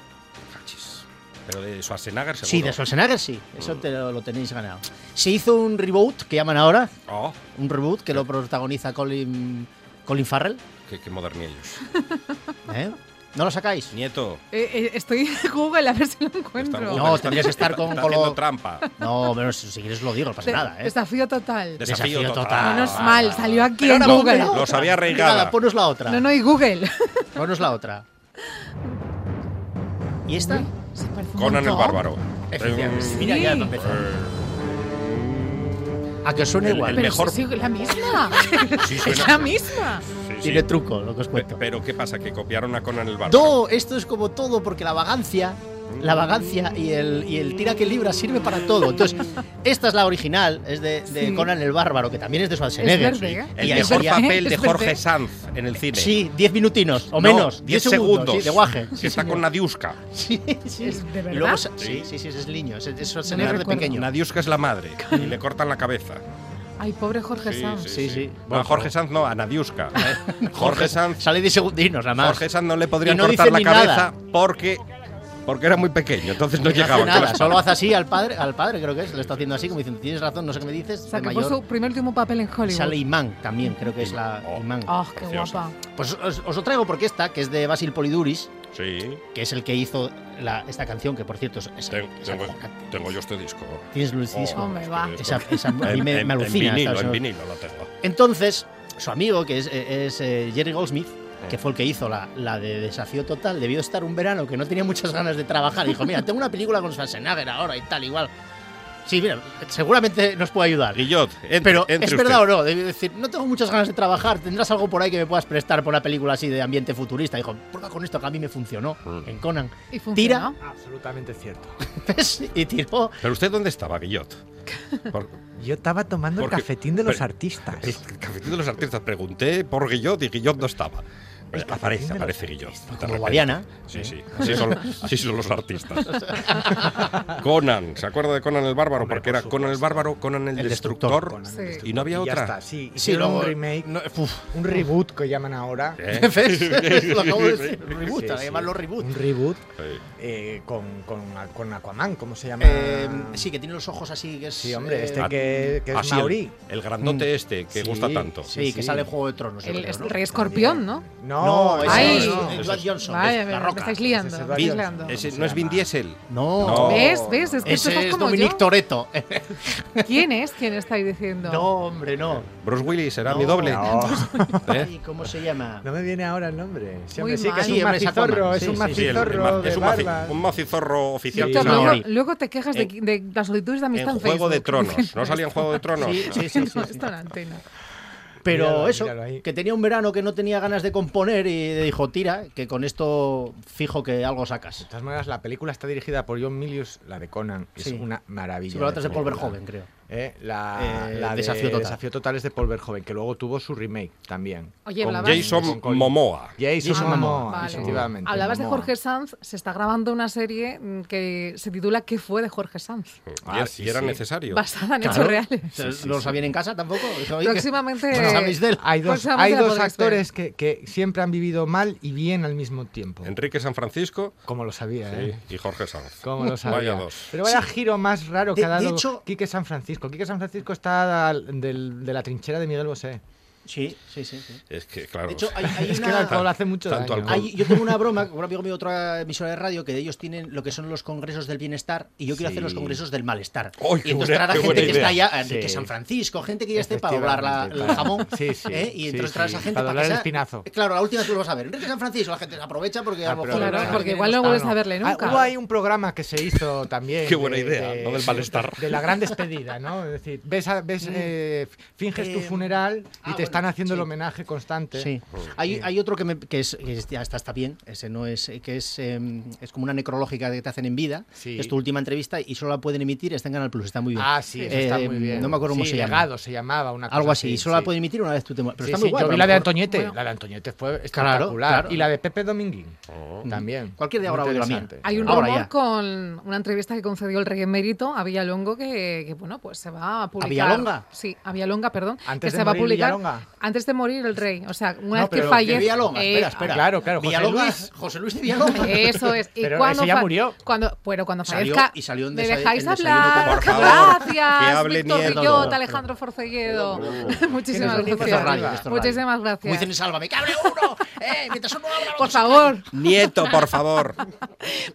S3: Cachis. Pero de Schwarzenegger seguro. Mm.
S5: Sí, de Schwarzenegger sí. Eso te lo, lo tenéis ganado. Se hizo un reboot, que llaman ahora,
S3: Oh,
S5: un reboot que lo protagoniza Colin, Colin Farrell.
S3: qué, qué modernillos.
S5: ¿eh? ¿No lo sacáis?
S3: Nieto,
S4: Eh, eh, estoy en Google a ver si lo encuentro.
S3: en Google.
S5: No, tendrías que estar con...
S3: está
S5: con lo-
S3: haciendo trampa.
S5: No, pero si si quieres lo digo, no pasa
S4: De-
S5: nada. ¿eh?
S4: Desafío total.
S5: De-
S3: Desafío,
S5: Desafío
S3: total.
S5: total.
S4: Menos
S5: Ah,
S4: mal, salió aquí en
S5: ahora
S4: Google.
S5: ponme la
S3: Los
S5: otra.
S3: había arraigada.
S5: Nada, Ponos la otra.
S4: No, no, y Google.
S5: Ponos la otra. ¿Y esta?
S4: Se parece un
S3: Conan el
S4: montón.
S3: Bárbaro.
S5: Efectivamente.
S3: Eh,
S5: Mira, ya
S4: Sí.
S5: no empezó. A que os suena
S3: El-
S5: igual.
S4: Pero
S3: mejor.
S4: sí, la misma.
S3: Sí,
S4: es
S3: suena-
S4: la misma.
S3: sí, sí.
S5: Tiene truco, lo que os
S3: Pe-
S5: cuento.
S3: Pero ¿qué pasa? Que copiaron a Conan el Bárbaro.
S5: No, esto es como todo, porque la vagancia, la vagancia y el, y el tira que libra sirve para todo. Entonces, esta es la original, es de, de
S4: Sí.
S5: Conan el Bárbaro, que también es de Schwarzenegger.
S4: Es verde, ¿eh?
S5: Y
S3: El
S5: ahí
S3: mejor
S5: salía-
S3: papel de
S4: Es verdad.
S3: Jorge Sanz en el cine.
S5: Sí, 10 minutinos,
S3: No,
S5: o menos,
S3: 10
S5: 10
S3: segundos.
S5: sí, de guaje.
S3: Que
S5: Sí,
S3: está
S5: señor.
S3: con Nadiuska.
S5: Sí, sí.
S4: ¿Es de
S5: Y
S4: verdad?
S5: luego sa- sí, sí, sí, ese es niño, ese- ese es Schwarzenegger de
S4: recuerdo.
S5: pequeño.
S3: Nadiuska es la madre. Y le cortan la cabeza.
S4: Ay, pobre Jorge Sanz.
S5: sí.
S3: No,
S5: Bueno,
S3: a Jorge Sanz no, a Nadiuska. Jorge Sanz.
S5: Sale 10 segundinos, nada más.
S3: Jorge Sanz no le podrían
S5: Y no
S3: cortar
S5: dice
S3: la
S5: ni
S3: cabeza porque, porque era muy pequeño, entonces no
S5: No hace
S3: llegaba. con
S5: nada,
S3: las
S5: solo hace así al padre, al padre creo que es, le está haciendo así como diciendo, tienes razón, no sé qué me dices,
S4: O sea,
S5: de
S4: que fue
S5: mayor.
S4: su primer y último papel en Hollywood.
S5: Sale Imán también, creo que es la
S3: Oh.
S5: Imán.
S4: Oh, qué
S3: Preciosa.
S4: guapa.
S5: Pues os, os lo traigo porque esta, que es de Basil Poliduris,
S3: manos. Sí,
S5: que es el que hizo la- esta canción, que por cierto es, es-
S3: ten-
S5: es
S3: tengo,
S5: acojonante.
S3: tengo yo este disco.
S5: Tienes Luis Disco.
S3: Oh,
S4: Hombre,
S3: este
S4: va.
S3: disco.
S5: Esa, esa a mí
S3: En-
S5: me,
S3: en-
S5: me alucina.
S3: En vinilo,
S5: ¿sabes?
S3: en vinilo lo tengo.
S5: Entonces, su amigo, que es, eh, es, eh, Jerry Goldsmith,
S3: Mm.
S5: que fue el que hizo la, la de Desafío Total, debió estar un verano que no tenía muchas ganas de trabajar. Dijo, mira, tengo una película con Schwarzenegger ahora y tal, igual. Sí, mira, seguramente nos puede ayudar.
S3: Guillot, entre-
S5: Pero
S3: entre
S5: es
S3: usted.
S5: verdad o no, debe decir, no tengo muchas ganas de trabajar, tendrás algo por ahí que me puedas prestar por una película así de ambiente futurista. Dijo, prueba con esto que a mí me funcionó
S3: Mm.
S5: en Conan.
S4: Y funcionó.
S5: Tira.
S6: Absolutamente cierto.
S5: ¿ves? y tiró.
S6: Pues
S3: ¿Pero usted dónde estaba, Guillot? Por-
S6: Yo estaba tomando
S3: Porque-
S6: el cafetín de los
S3: pero-
S6: artistas.
S3: el cafetín de los artistas pregunté por Guillot y Guillot no estaba. Pero Aparece, aparece Guillot. de
S5: Como
S3: repente.
S5: Guadiana.
S3: Sí, sí. Así son, así son los artistas. Conan. ¿Se acuerda de Conan el Bárbaro?
S6: Hombre,
S3: Porque
S6: por
S3: era Conan el
S6: supuesto.
S3: Bárbaro, Conan el,
S5: El
S3: Destructor.
S6: Conan el
S4: Sí.
S6: Destructor.
S3: Y no había
S6: ya
S3: otra.
S6: está, sí.
S5: Sí,
S6: Hicieron
S5: luego-
S6: un remake,
S5: no, uf.
S6: un reboot que llaman ahora.
S3: ¿Eh?
S5: ¿Ves? Lo acabo de decir. Reboot,
S6: Sí,
S5: ahora
S6: sí.
S5: llamarlo reboot.
S6: Un reboot
S3: Sí.
S6: eh, con, con, con Aquaman, ¿cómo se llama?
S5: Eh, sí, que tiene los ojos así, que es.
S6: Sí, hombre,
S5: eh,
S6: este que, que es
S3: Así ah, el-
S6: Maori.
S3: El, grandote
S6: Mm.
S3: este que
S6: Sí,
S3: gusta tanto.
S5: Sí,
S6: Sí,
S5: que
S6: sí.
S5: sale en Juego de Tronos. yo
S4: El,
S5: creo,
S4: es-
S5: ¿no?
S4: rey escorpión, ¿no?
S6: No,
S5: no,
S6: no,
S5: ese
S4: Ay.
S5: es
S6: no.
S5: Edward Johnson,
S4: Vaya,
S5: es
S4: me,
S5: La
S4: me
S5: Roca.
S4: estáis liando.
S6: Ese es
S4: me estáis
S6: Vin-
S4: liando.
S6: ese-
S3: Ese no es Vin Diesel.
S5: No,
S3: No.
S4: ¿Ves? ¿Ves? Es que tú
S5: ese
S4: estás
S5: es
S4: como
S5: Dominic
S4: yo.
S5: Toretto.
S4: ¿Quién es? ¿Quién estáis diciendo?
S5: no, hombre, no.
S6: ¿Eh?
S3: Bruce Willis será
S5: No.
S3: mi doble.
S6: No,
S3: ¿Eh?
S5: Ay, ¿cómo se llama?
S6: no me viene ahora el nombre. Sí,
S4: Muy
S6: hombre, sí, que
S4: mal.
S6: es
S4: Sí,
S6: un
S5: hombre, es
S6: macizorro,
S5: Aquaman.
S6: es
S5: Sí,
S6: un
S5: sí, sí, el-
S6: macizorro
S3: es
S6: de
S3: un, maci-
S6: barba.
S3: un macizorro oficial.
S6: Sí.
S4: Víctor,
S3: que
S5: no.
S4: luego,
S3: sale
S5: Maori.
S4: luego te quejas de,
S5: Eh,
S4: de las solicitudes de
S3: en
S4: amistad en,
S3: Juego de
S4: Facebook.
S3: Tronos. ¿No salía en Juego de Tronos?
S5: Sí, sí, sí. sí,
S4: No,
S5: sí.
S4: esto en antena.
S5: Pero
S6: Míralo,
S5: eso,
S6: míralo ahí.
S5: que tenía un verano que no tenía ganas de componer y dijo, tira, que con esto fijo que algo sacas.
S6: De todas maneras, la película está dirigida por John Milius, la de Conan. Es
S5: Sí.
S6: una maravilla.
S5: Sí, pero la otra es de Paul
S6: película.
S5: Verhoeven, creo.
S6: Eh, la
S5: Eh,
S6: la de
S5: Desafío Total.
S6: Desafío Total es de Paul Verhoeven, que luego tuvo su remake también.
S4: Oye,
S6: Con
S4: hablabas-
S3: Jason
S6: con-
S3: Momoa.
S6: Jason
S5: Jason
S6: Momoa,
S5: Momoa,
S4: Vale.
S6: efectivamente.
S4: Hablabas de
S6: Momoa.
S4: Jorge Sanz, se está grabando una serie mm, que se titula ¿Qué fue de Jorge Sanz?
S3: Y
S6: Ah,
S3: era-
S6: sí,
S3: y era
S6: sí.
S3: necesario.
S4: Basada en hechos
S5: Claro.
S4: reales.
S5: ¿No lo sabían en casa tampoco? Dijo, "Oye, que-
S4: Próximamente-
S5: ¿No sabéis de él?".
S6: Hay dos,
S4: Pues además
S6: hay
S4: la
S6: dos
S4: podréis
S6: actores que, que siempre han vivido mal y bien al mismo tiempo.
S3: Enrique San Francisco
S6: Como lo sabía, ¿eh?
S3: y Jorge Sanz.
S6: Como lo sabía.
S3: Vaya dos.
S6: Pero vaya giro más raro que
S5: De-
S6: ha dado
S5: de hecho-
S6: Quique San Francisco. Quique San Francisco está al- del- de la trinchera de Miguel Bosé.
S5: Sí, sí, sí. sí.
S3: Es que, claro.
S5: De hecho,
S3: o sea,
S5: hay, hay
S6: Es que el
S5: una-
S6: alcohol hace mucho
S3: Tanto
S6: daño.
S3: alcohol.
S5: Hay- yo tengo una broma con un amigo mío de otra emisora de radio que de ellos tienen lo que son los congresos del bienestar y yo quiero hacer los congresos del malestar.
S3: ¡Ay,
S5: y
S3: qué
S5: entonces
S3: buena-
S5: traer a
S3: qué
S5: gente
S3: buena
S5: que
S3: idea!
S5: está ya, de que
S6: Sí.
S5: San Francisco, gente que ya esté este para doblar la,
S6: Efectivamente,
S5: el
S6: para-
S5: jamón.
S6: sí, sí,
S5: ¿eh? Y
S6: sí,
S5: entonces traes a
S6: sí,
S5: gente
S6: para
S5: para,
S6: doblar
S5: que
S6: el
S5: sea-
S6: espinazo.
S5: Eh, Claro, la última tú lo vas a ver. Enrique San Francisco, la gente se aprovecha porque a
S6: Ah,
S5: lo
S6: pero
S5: mejor.
S4: Claro,
S6: no,
S4: porque igual no
S6: no.
S4: vuelves a verle
S6: Ah,
S4: nunca.
S6: hubo ahí un programa que se hizo también.
S3: Qué buena idea, ¿no? Del malestar.
S6: De la gran despedida, ¿no? Es decir, ves, a- ves eh, finges tu
S5: Eh,
S6: funeral y
S5: ah,
S6: te
S5: bueno,
S6: están haciendo
S5: sí.
S6: el homenaje constante.
S5: Sí. Hay, hay otro que, me- que es, que es- ya está, está bien, ese no es, eh, que es, em, es como una necrológica que te hacen en vida,
S6: Sí.
S5: que es tu última entrevista y solo la pueden emitir, está en Canal Plus, está muy bien.
S6: Ah, sí, eso está
S5: Eh,
S6: muy bien.
S5: No me acuerdo cómo
S6: Sí,
S5: se llama.
S6: Legado se llamaba, una cosa
S5: Algo así, y solo la
S6: sí.
S5: pueden emitir una vez tú te mueres. Pero
S6: Sí,
S5: está
S6: sí,
S5: muy guay.
S6: yo
S5: a
S6: vi
S5: lo
S6: la de
S5: mejor-
S6: Antoñete. La de Antoñete fue espectacular.
S5: Claro, claro.
S6: Y la de Pepe Dominguín.
S3: Oh.
S6: También.
S5: Cualquier día
S6: Muy
S5: ahora voy a la mía.
S6: interesante.
S4: Hay un
S5: Ahora
S4: rumor
S5: ya.
S4: con una entrevista que concedió el rey emérito a Villalongo que, que, bueno, pues se va a publicar.
S5: Villalonga?
S4: Sí, a Villalonga, perdón.
S6: Antes
S4: que
S6: de
S4: se va a
S6: morir
S4: publicar
S6: Villalonga.
S4: antes de morir el rey. O sea, una
S6: No,
S4: vez que
S6: pero que
S4: fallezca.
S5: Villalonga,
S4: eh,
S5: espera, espera.
S6: claro, claro, José
S5: Villalonga-
S6: Luis. Eh,
S5: José Luis de Villalonga.
S4: Eso es. Y
S6: Pero
S4: cuando
S6: ese ya
S4: fa-
S6: murió.
S4: Cuando, bueno, cuando
S5: Salió-
S4: fallezca.
S5: y salió en
S4: me
S5: desay-
S4: dejáis
S5: en desayuno
S4: hablar.
S5: con-
S3: Por favor,
S4: gracias.
S3: que hable
S4: Víctor
S3: Nieto.
S4: Villota, Alejandro Forcelledo. Muchísimas
S6: Tienes razón,
S4: gracias.
S6: radio, esto
S5: es radio.
S4: Muchísimas
S5: Como dicen en
S4: gracias.
S5: Sálvame, que abre uno. Eh, mientras uno habla,
S4: Por
S5: otro-
S4: favor.
S3: Nieto, por favor.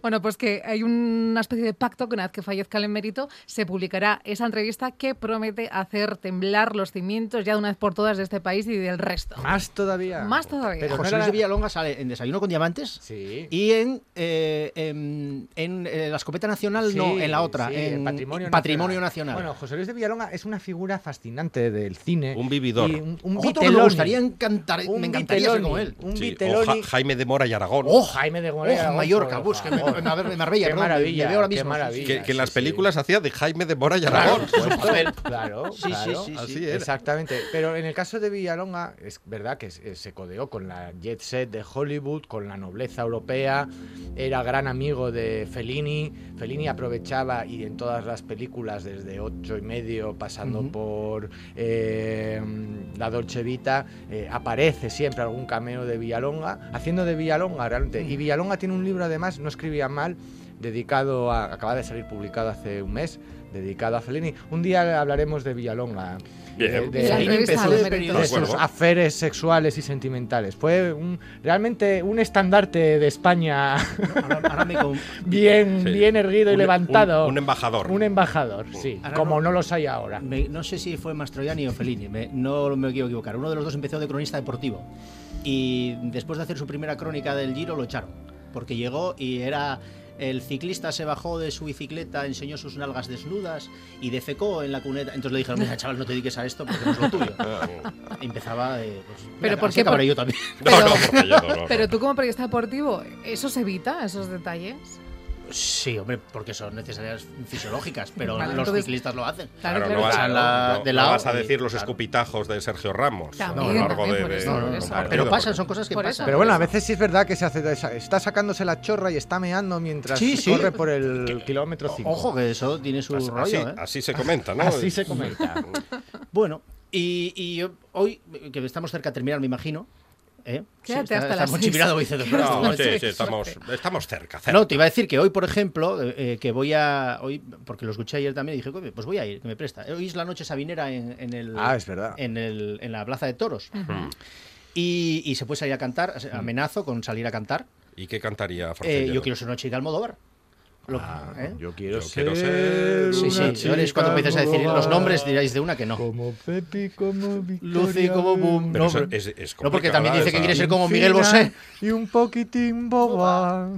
S4: Bueno, pues que hay una especie de pacto que una vez que fallezca el emérito se publicará esa entrevista que promete hacer temblar los cimientos ya de una vez por todas de este país y del resto.
S6: Más todavía.
S4: Más todavía.
S6: Pero
S5: José
S6: no era-
S5: Luis de Villalonga sale en Desayuno con Diamantes
S6: Sí.
S5: y en, eh, en, en, eh, la escopeta nacional, no,
S6: Sí,
S5: en la otra,
S6: sí,
S5: en
S6: el Patrimonio,
S5: Patrimonio Nacional.
S6: Bueno, José Luis de Villalonga es una figura fascinante del cine.
S3: Un vividor.
S6: Eh, Y un, un
S5: Otro que me
S6: viteloni.
S5: gustaría encantar,
S6: Un
S5: me encantaría ser
S6: viteloni,
S5: como él.
S6: Un
S3: Sí, o
S6: viteloni.
S3: Ja- Jaime de Mora y Aragón.
S5: Oh,
S6: Jaime de
S5: Ojo,
S6: Gorea.
S5: Mallorca,
S6: por
S5: bus, que me,
S6: favor.
S5: me- a ver, Marbella,
S6: Qué
S5: perdón, me-
S6: maravilla,
S5: me veo ahora
S6: qué
S5: mismo. sí, sí.
S6: maravilla.
S3: que, que en las
S6: sí, sí.
S3: películas hacía de Jaime de Mora y
S5: Claro,
S3: Aragón.
S5: por papel.
S6: Claro,
S5: Sí, sí,
S6: claro.
S5: sí, sí.
S3: Así era.
S6: Exactamente. Pero en el caso de Villalonga, es verdad que se se codeó con la jet set de Hollywood, con la nobleza europea, era gran amigo de Fellini. Fellini aprovechaba y en todas las películas, desde ocho y medio, pasando
S5: Ujú.
S6: por eh, la Dolce Vita, eh, aparece siempre algún cameo de Villalonga, haciendo de Villalonga realmente.
S5: Mm.
S6: Y Villalonga tiene un libro, además, no escribía mal, dedicado a. acaba de salir publicado hace un mes, dedicado a Fellini. Un día hablaremos de Villalonga.
S3: Bien.
S6: De,
S4: Y
S6: de-
S4: la
S6: de
S4: entrevista
S5: empezó
S4: al
S5: de
S4: emérito.
S3: De
S6: de sus
S3: acuerdo.
S6: aferes sexuales y sentimentales. Fue un, realmente un estandarte de España
S5: Ahora, ahora me con-
S6: bien,
S3: Sí.
S6: bien erguido y
S3: Un-
S6: levantado.
S3: un- un embajador.
S5: em-
S3: Mm.
S6: Un embajador, sí.
S5: Ahora
S6: como
S5: no-
S6: no los hay ahora.
S5: me- no sé si fue Mastroianni o Fellini, me- no me quiero equivocar. Uno de los dos empezó de cronista deportivo y después de hacer su primera crónica del Giro lo echaron porque llegó y era el ciclista se bajó de su bicicleta, enseñó sus nalgas desnudas y defecó en la cuneta. Entonces le dijeron, mira chaval, no te dediques a esto porque no es lo tuyo.
S3: Ah,
S5: Empezaba, eh, pues, mira,
S4: Pero ¿por
S5: así
S4: qué?
S5: acabaré
S4: Por-
S5: yo también.
S3: No,
S4: Pero-
S3: no, porque yo no, no.
S4: Pero tú como periodista deportivo, ¿eso se evita, esos detalles?
S5: Sí, hombre, porque son necesarias fisiológicas, pero
S4: Vale,
S5: los
S4: entonces-
S5: ciclistas lo hacen.
S4: Claro,
S3: Claro,
S4: claro.
S3: no vas,
S5: Echan
S3: no-
S5: la-
S3: no-
S5: de
S3: no
S5: lado
S3: vas a
S5: y-
S3: decir los
S5: claro.
S3: escupitajos de Sergio Ramos a
S4: También,
S3: lo largo
S4: también,
S3: de,
S4: por
S3: de-
S4: eso,
S5: No, no,
S3: de
S5: no,
S3: un
S4: eso.
S3: partido,
S5: pero pasan,
S3: porque-
S5: son cosas que
S4: Por
S5: pasan.
S4: eso.
S6: Pero bueno, a veces sí es verdad que se hace desa- está sacándose la chorra y está meando mientras
S5: Sí, sí.
S6: corre por el kilómetro 5.
S5: Ojo, que eso tiene su rollo,
S3: así,
S5: ¿eh?
S3: así se comenta, ¿no?
S6: Así se comenta.
S5: Bueno, y, y yo- hoy, que estamos cerca de terminar, me imagino. ¿eh?
S4: Quédate
S5: Sí,
S4: hasta las
S5: muy
S4: seis.
S5: chivirado, diciendo, pero
S4: No,
S3: No,
S5: esto-
S3: sí,
S4: sí,
S3: sí, estamos, estamos cerca, cerca.
S5: No, te iba a decir que hoy, por ejemplo, eh, eh, que voy a. hoy Porque lo escuché ayer también y dije, "Coño, pues voy a ir, que me presta. Hoy es la noche sabinera en, en el,
S6: Ah, es verdad.
S5: En, el, en la plaza de toros.
S3: Mm.
S5: Y, y se puede salir a cantar, amenazo con salir a cantar.
S3: ¿Y qué cantaría
S5: Eh,
S3: Forcelledo?
S5: yo quiero ser una chica Almodóvar. Lo-
S6: Ah,
S5: ¿eh?
S6: Yo quiero
S3: Yo
S6: ser.
S3: quiero ser
S5: Sí,
S6: una
S5: sí, señores,
S6: chica
S5: cuando empiezas a decir los
S6: boba,
S5: nombres diráis de una que no.
S6: Como Pepi, como Victoria.
S5: Lucy, como Boom.
S3: Pero
S5: No,
S3: eso
S5: pero-
S3: es, es
S5: no, porque también
S3: complicado,
S5: dice que
S3: esa.
S5: quiere ser como Miguel Bosé.
S6: Y un poquitín boba.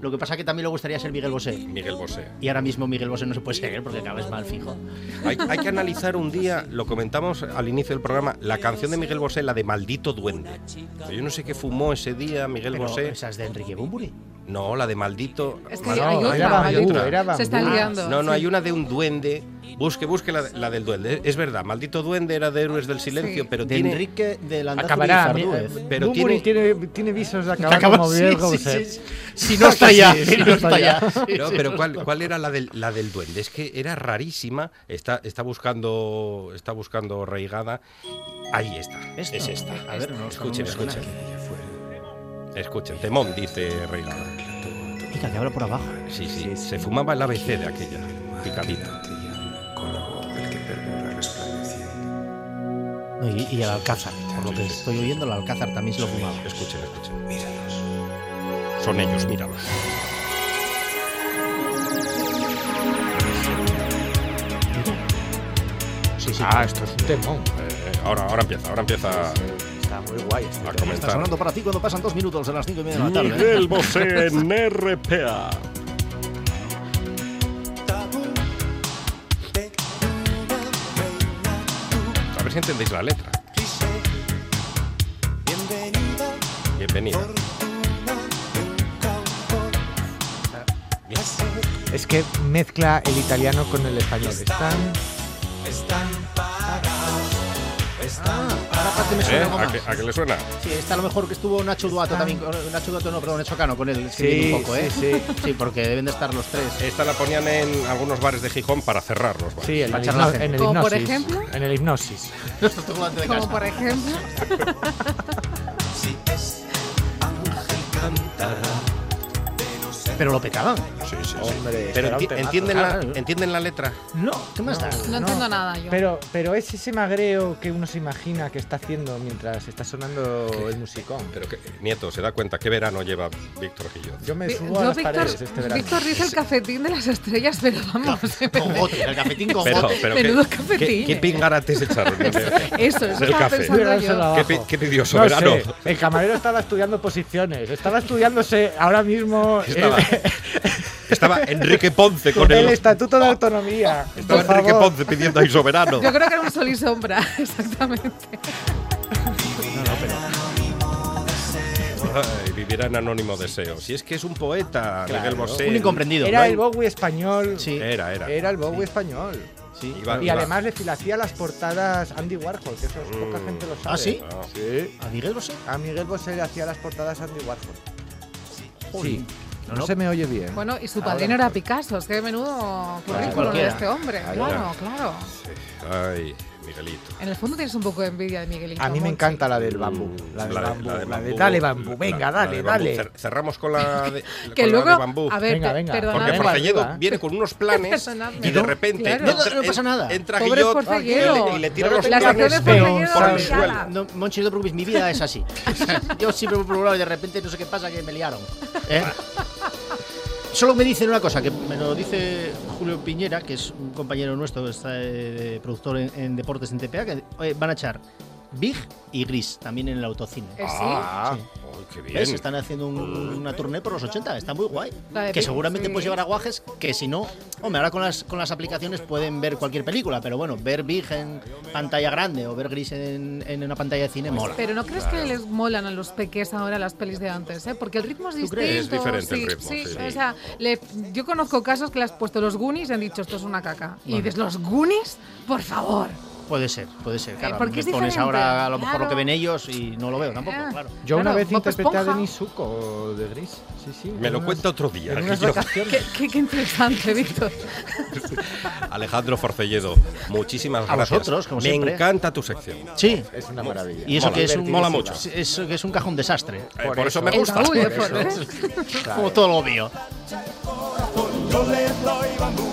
S5: Lo que pasa que también le gustaría ser Miguel Bosé.
S3: Miguel Bosé.
S5: Y ahora mismo Miguel Bosé no se puede seguir porque cada vez mal fijo.
S3: Hay, hay que analizar un día, lo comentamos al inicio del programa, la canción de Miguel Bosé, la de Maldito Duende. Yo no sé qué fumó ese día Miguel
S5: Pero
S3: Bosé.
S5: esa es de Enrique Bumburi.
S3: No, la de Maldito.
S4: Es que
S3: Mal-
S6: No,
S4: hay otra,
S6: era
S4: hay
S6: bambú,
S4: otra.
S6: era bambú.
S4: Se están
S5: Ah,
S4: liando.
S3: No, no,
S4: sí.
S3: hay una de un duende. Busque, busque la, la del duende. Es verdad, Maldito Duende era de Héroes del Silencio,
S4: Sí.
S3: pero
S5: De
S3: tiene...
S5: Enrique de Landazo
S4: Ah,
S6: Acabará.
S5: Bilizardúez.
S6: mi-
S3: Pero
S6: Bunbury ¿eh? tiene, tiene visos de acabar
S5: Acaba-
S6: como
S5: sí,
S6: Miguel
S5: sí, sí,
S6: Bosé.
S5: sí. Si no está ya,
S6: Sí,
S5: si no está ya. Sí,
S3: No,
S5: sí,
S3: pero
S5: no
S3: ¿cuál,
S5: está.
S3: cuál era la del, la del duende? Es que era rarísima. Está, está buscando está buscando Reigada. Ahí está.
S5: ¿Esto?
S3: Es esta.
S5: A ver, no,
S3: escuchen,
S5: no me suena.
S3: escuchen. Escuchen, Temón, dice Reigada.
S5: Pica, que habla por abajo.
S3: Sí, sí, se fumaba el ABC de aquella. Picadita.
S5: No, y, y el Alcázar, por lo que estoy oyendo, el Alcázar también se lo fumaba.
S3: Escuchen, escuchen. Míralos. Son ellos, míralos.
S5: Sí, sí.
S6: Ah, esto es un temón.
S3: Eh, ahora, ahora empieza, ahora empieza a
S6: Está muy guay. este temón.
S5: Está
S3: comentar.
S5: sonando para ti cuando pasan dos minutos a las cinco y media de la tarde. ¿eh?
S3: Miguel Bosé en RPA. A ver si entendéis la letra. Bienvenida.
S6: Es que mezcla el italiano con el español. Están.
S5: Ahora aparte me
S3: ¿Eh?
S5: suena algo
S3: ¿A,
S5: más.
S3: que, a que le suena?
S5: Sí, está a lo mejor que estuvo Nacho Duato también. con- Nacho Duato, no, perdón, Nacho Cano con él. escribiendo un poco, ¿eh?
S6: sí,
S5: Sí, porque deben de estar los tres.
S3: Esta la ponían en algunos bares de Gijón para cerrar los bares.
S6: Sí, en
S5: Para
S6: el,
S5: charlar.
S6: hipno- en el
S4: Como por
S6: hipnosis.
S4: ejemplo.
S6: En el hipnosis.
S5: Esto es todo antes de
S4: Como
S5: casa.
S4: por ejemplo.
S5: Pero lo petaban.
S3: Sí, sí, sí.
S6: Hombre,
S3: Pero
S6: era un
S3: enti-
S6: temazo.
S3: entienden, la,
S5: Claro.
S3: entienden la letra.
S5: No, ¿qué más da?
S4: No entiendo nada yo.
S6: Pero, pero es ese magreo que uno se imagina que está haciendo mientras está sonando el musicón.
S3: Pero que, Nieto, se da cuenta qué verano lleva Víctor Gillot.
S6: Yo me
S4: Vi-
S6: subo a
S4: yo,
S6: las
S4: Víctor,
S6: paredes este verano.
S4: Víctor Riz, el cafetín de las estrellas, pero vamos. en vez
S5: Con
S4: de-
S5: gotas, el cafetín con
S3: Pero,
S5: gotas.
S3: pero
S4: Menudo
S3: ¿qué, qué,
S4: cafetín,
S3: qué
S4: eh.
S3: pingarates echaron?
S4: Eso,
S3: Es
S4: es
S3: el
S4: estaba
S3: café.
S4: pensando
S6: Pero
S4: yo.
S6: eso no-
S3: ¿Qué, pi- qué pidió Soberano?
S6: No sé, el camarero estaba estudiando posiciones, estaba estudiándose ahora mismo
S3: Estaba,
S6: el,
S3: estaba Enrique Ponce con
S6: el
S3: el.
S6: Estatuto de Autonomía.
S3: Estaba
S6: por
S3: Enrique
S6: favor.
S3: Ponce pidiendo ahí soberano.
S4: Yo creo que era un sol y sombra, exactamente.
S3: Ay, vivirá en anónimo deseo. Si es que es un poeta,
S6: Claro.
S3: Miguel Bosé.
S5: Un incomprendido. Eh,
S6: Era
S5: ¿no?
S6: el Bowie español.
S5: eh, Sí.
S3: Era, era.
S6: Era el Bowie español.
S5: Sí.
S3: Iba-
S6: Y
S3: iba-
S6: además le filacía las portadas Andy Warhol, que eso es- poca
S3: Mm.
S6: gente lo sabe.
S5: ¿Ah, sí?
S3: Ah,
S6: Sí.
S5: ¿A Miguel Bosé?
S6: A Miguel Bosé le hacía las portadas Andy Warhol.
S5: Jolín. No,
S6: No,
S5: no.
S6: se me oye bien.
S4: Bueno, y su padrino era Picasso, es que menudo currículum de
S5: cualquiera.
S4: este hombre. Claro, claro.
S3: Ah, Ay, Miguelito.
S4: En el fondo tienes un poco de envidia de Miguelito.
S6: A mí me
S4: Monchi.
S6: encanta la del bambú. La del
S3: de-
S6: bambú.
S3: Mm, la de
S6: La de
S3: bambú,
S6: dale
S3: la-
S6: bambú. Venga,
S3: la
S6: dale,
S3: de bambú.
S6: dale.
S3: Cer- cerramos con la de,
S4: Que
S3: con la de
S4: luego,
S3: bambú.
S4: a ver,
S6: Venga,
S4: pe-
S6: venga.
S4: perdonadme.
S3: Porque
S6: Dale,
S3: Forcelledo
S6: arriba.
S3: viene con unos planes
S4: Perdonadme.
S3: y de repente
S4: Claro.
S5: No, no, no pasa nada.
S3: entra
S4: Pobre
S3: Guillot
S4: Forcelledo.
S3: y le, y le tira los
S4: Las
S3: planes
S4: acciones
S6: de
S3: por, por el
S6: Forcelledo,
S3: suelo.
S4: ya.
S5: No, Monchi, no te preocupes, mi vida es así. Yo siempre me he preocupado y de repente no sé qué pasa que me liaron. ¿eh? Solo me dicen una cosa, que me lo dice Julio Piñera, que es un compañero nuestro, está, eh, productor en, en deportes en TPA, que eh, van a echar Big y Gris también en el autocine.
S4: Eh, sí.
S3: Ah, ay, qué bien.
S5: ¿Ves? Están haciendo un- una tournée por los 80, está muy guay.
S4: La de
S5: Que
S4: Big,
S5: seguramente
S4: sí.
S5: puedes llevar a guajes, que si no, hombre, ahora con las, con las aplicaciones pueden ver cualquier película, pero bueno, ver Big en pantalla grande o ver Gris en, en una pantalla de cine mola.
S4: Pero no crees que les molan a los peques ahora las pelis de antes, ¿eh? Porque el ritmo es distinto.
S5: crees?
S3: Es diferente el ritmo,
S4: Sí,
S3: sí.
S4: O sea, le- yo conozco casos que le has puesto los Goonies y han dicho esto es una caca. Y dices, ¿los Goonies? Por favor.
S5: Puede ser, puede ser. Claro,
S4: porque
S5: me
S4: es
S5: pones
S4: diferente,
S5: ahora a lo mejor
S4: claro.
S5: lo que ven ellos y no lo veo tampoco,
S4: Ah.
S5: claro.
S6: Yo una
S4: Claro,
S6: vez
S4: Bob
S6: interpreté a
S4: Esponja.
S6: Denis Zuko de Gris. Sí, sí.
S3: Me
S6: en
S3: lo
S6: unas-
S3: cuenta otro día.
S6: En unas
S3: Guillot.
S4: Qué,
S6: vacaciones.
S4: qué- qué interesante, Víctor.
S3: Alejandro Forcelledo, muchísimas
S5: A
S3: gracias.
S5: vosotros, como
S3: Me
S5: siempre.
S3: encanta tu sección.
S5: Sí.
S6: Es una maravilla.
S5: Y eso
S3: Mola,
S5: que es un
S3: mola mucho.
S5: es- Eso que es un cajón desastre.
S3: Eh, por, eso, me
S4: El
S3: gusta.
S4: baúl de
S3: Por eso.
S4: Forcelledo.
S5: Como todo lo mío.
S7: Yo le doy bambú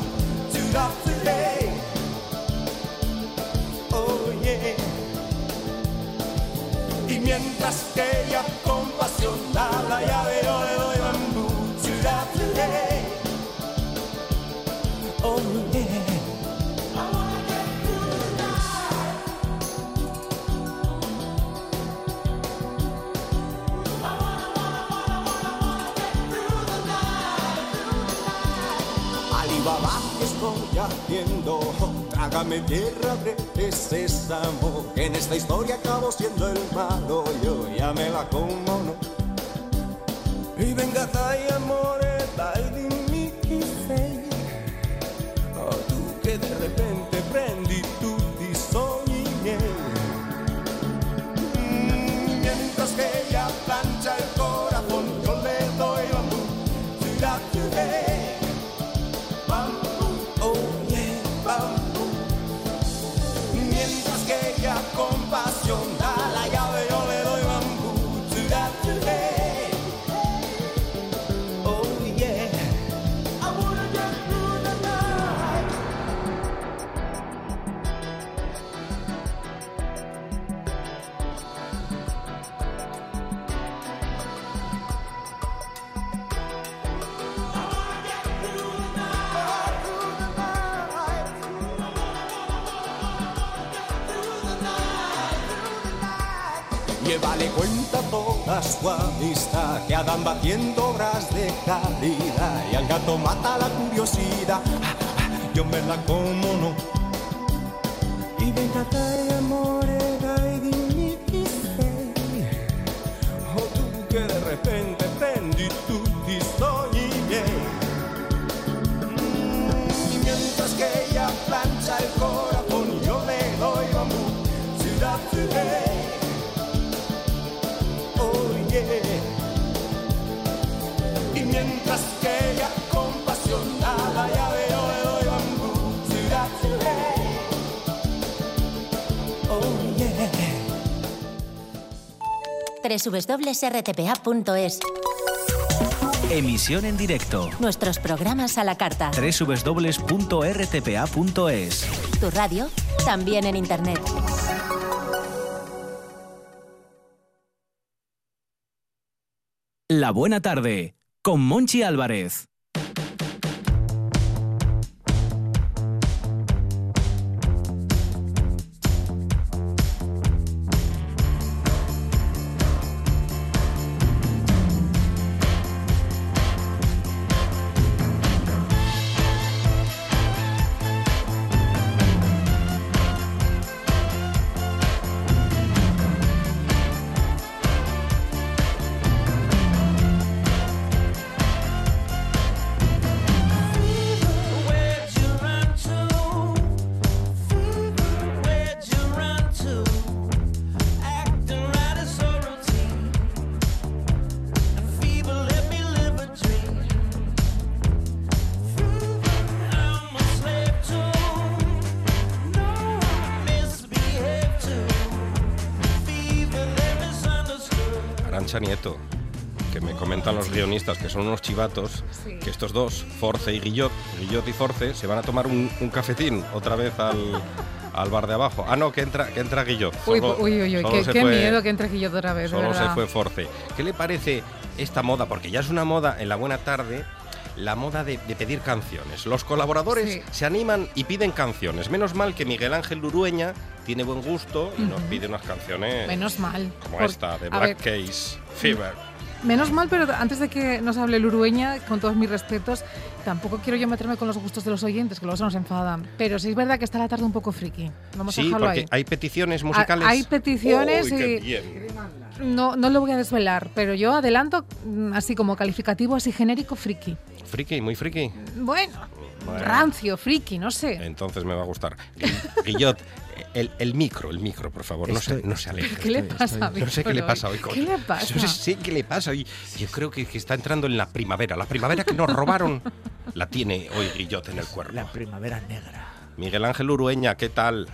S7: to the fillet. Oh yeah. Y mientras que ella con pasión da la llave, yo le doy bambú to the fillet.
S2: haciendo. Trágame tierra de ese samo. Que en esta historia acabo siendo el malo. Yo ya me la como, ¿no? Y venga, eh, dai amore, dai dimmi chi sei. Oh, tu che de repente prendi tutti i sogni miei. Mm, Mientras que ella plancha el corazón, yo le doy bambú. Ciudad, ciudad. Bambú, oh yeah, bambú. Mientras que ella con pasión da la llave, yo le doy bambú. Ciudad, ciudad. Oh yeah. I wanna get through the night. Llévale cuenta toda su amistad que andan batiendo obras de calidad y al gato mata la curiosidad. Ah, ah, Yo me la como no. Y venga dai amore, dai dimmi chi sei. Oh tu che de repente prendi tutti i sogni miei. Mm, Y mientras que ella plancha el corazón, yo le doy bambú. Ciudad, ciudad. Oye, Y mientras que ella con pasión da la llave, yo le doy bambú. Ciudad, ciudad. Oh, yeah.
S8: www.rtpa.es.
S1: Emisión en directo.
S8: Nuestros programas a la carta.
S1: www.rtpa.es.
S8: Tu radio, también en Internet.
S1: La buena tarde con Monchi Álvarez.
S3: Arancha Nieto, que me comentan los guionistas que son unos chivatos,
S4: Sí.
S3: que estos dos, Force y Guillot, Guillot y Force, se van a tomar un, un cafetín otra vez al, al bar de abajo. Ah, no, que entra, que entra Guillot.
S4: Uy,
S3: Solo-
S4: uy, uy, uy,
S3: solo
S4: qué,
S3: se
S4: qué
S3: fue-
S4: miedo que entre Guillot otra vez, de
S3: Solo se
S4: verdad.
S3: fue Force. ¿Qué le parece esta moda? Porque ya es una moda en la buena tarde. La moda de, de pedir canciones. Los colaboradores
S4: Sí.
S3: se animan y piden canciones. Menos mal que Miguel Ángel Lurueña tiene buen gusto y nos pide unas canciones
S4: Menos mal.
S3: como
S4: por-
S3: esta, de
S4: a
S3: Black
S4: ver,
S3: Case Fever.
S4: Menos mal, pero antes de que nos hable el Urueña, con todos mis respetos, tampoco quiero yo meterme con los gustos de los oyentes, que luego se nos enfadan. Pero sí es verdad que está la tarde un poco friki. Vamos a
S3: Sí,
S4: dejarlo
S3: porque
S4: ahí.
S3: hay peticiones musicales.
S4: Ah, hay peticiones
S3: Uy, qué
S4: y-
S3: bien.
S4: No, no lo voy a desvelar, pero yo adelanto mm, así como calificativo, así genérico, friki.
S3: Friki, muy friki.
S4: Bueno,
S3: Bueno. Eh,
S4: rancio, friki, no sé.
S3: Entonces me va a gustar. Gui- Guillot, el, el micro, el micro, por favor, no se,
S6: Estoy-
S3: no se aleje.
S4: ¿Qué le
S6: estoy-
S4: pasa a
S3: Yo no sé qué le pasa hoy.
S4: ¿Qué le pasa?
S3: Yo no sé qué le pasa hoy. Yo creo que, que está entrando en la primavera. La primavera que nos robaron la tiene hoy Guillot en el cuerpo.
S5: La primavera negra.
S3: Miguel Ángel Urueña, ¿qué tal?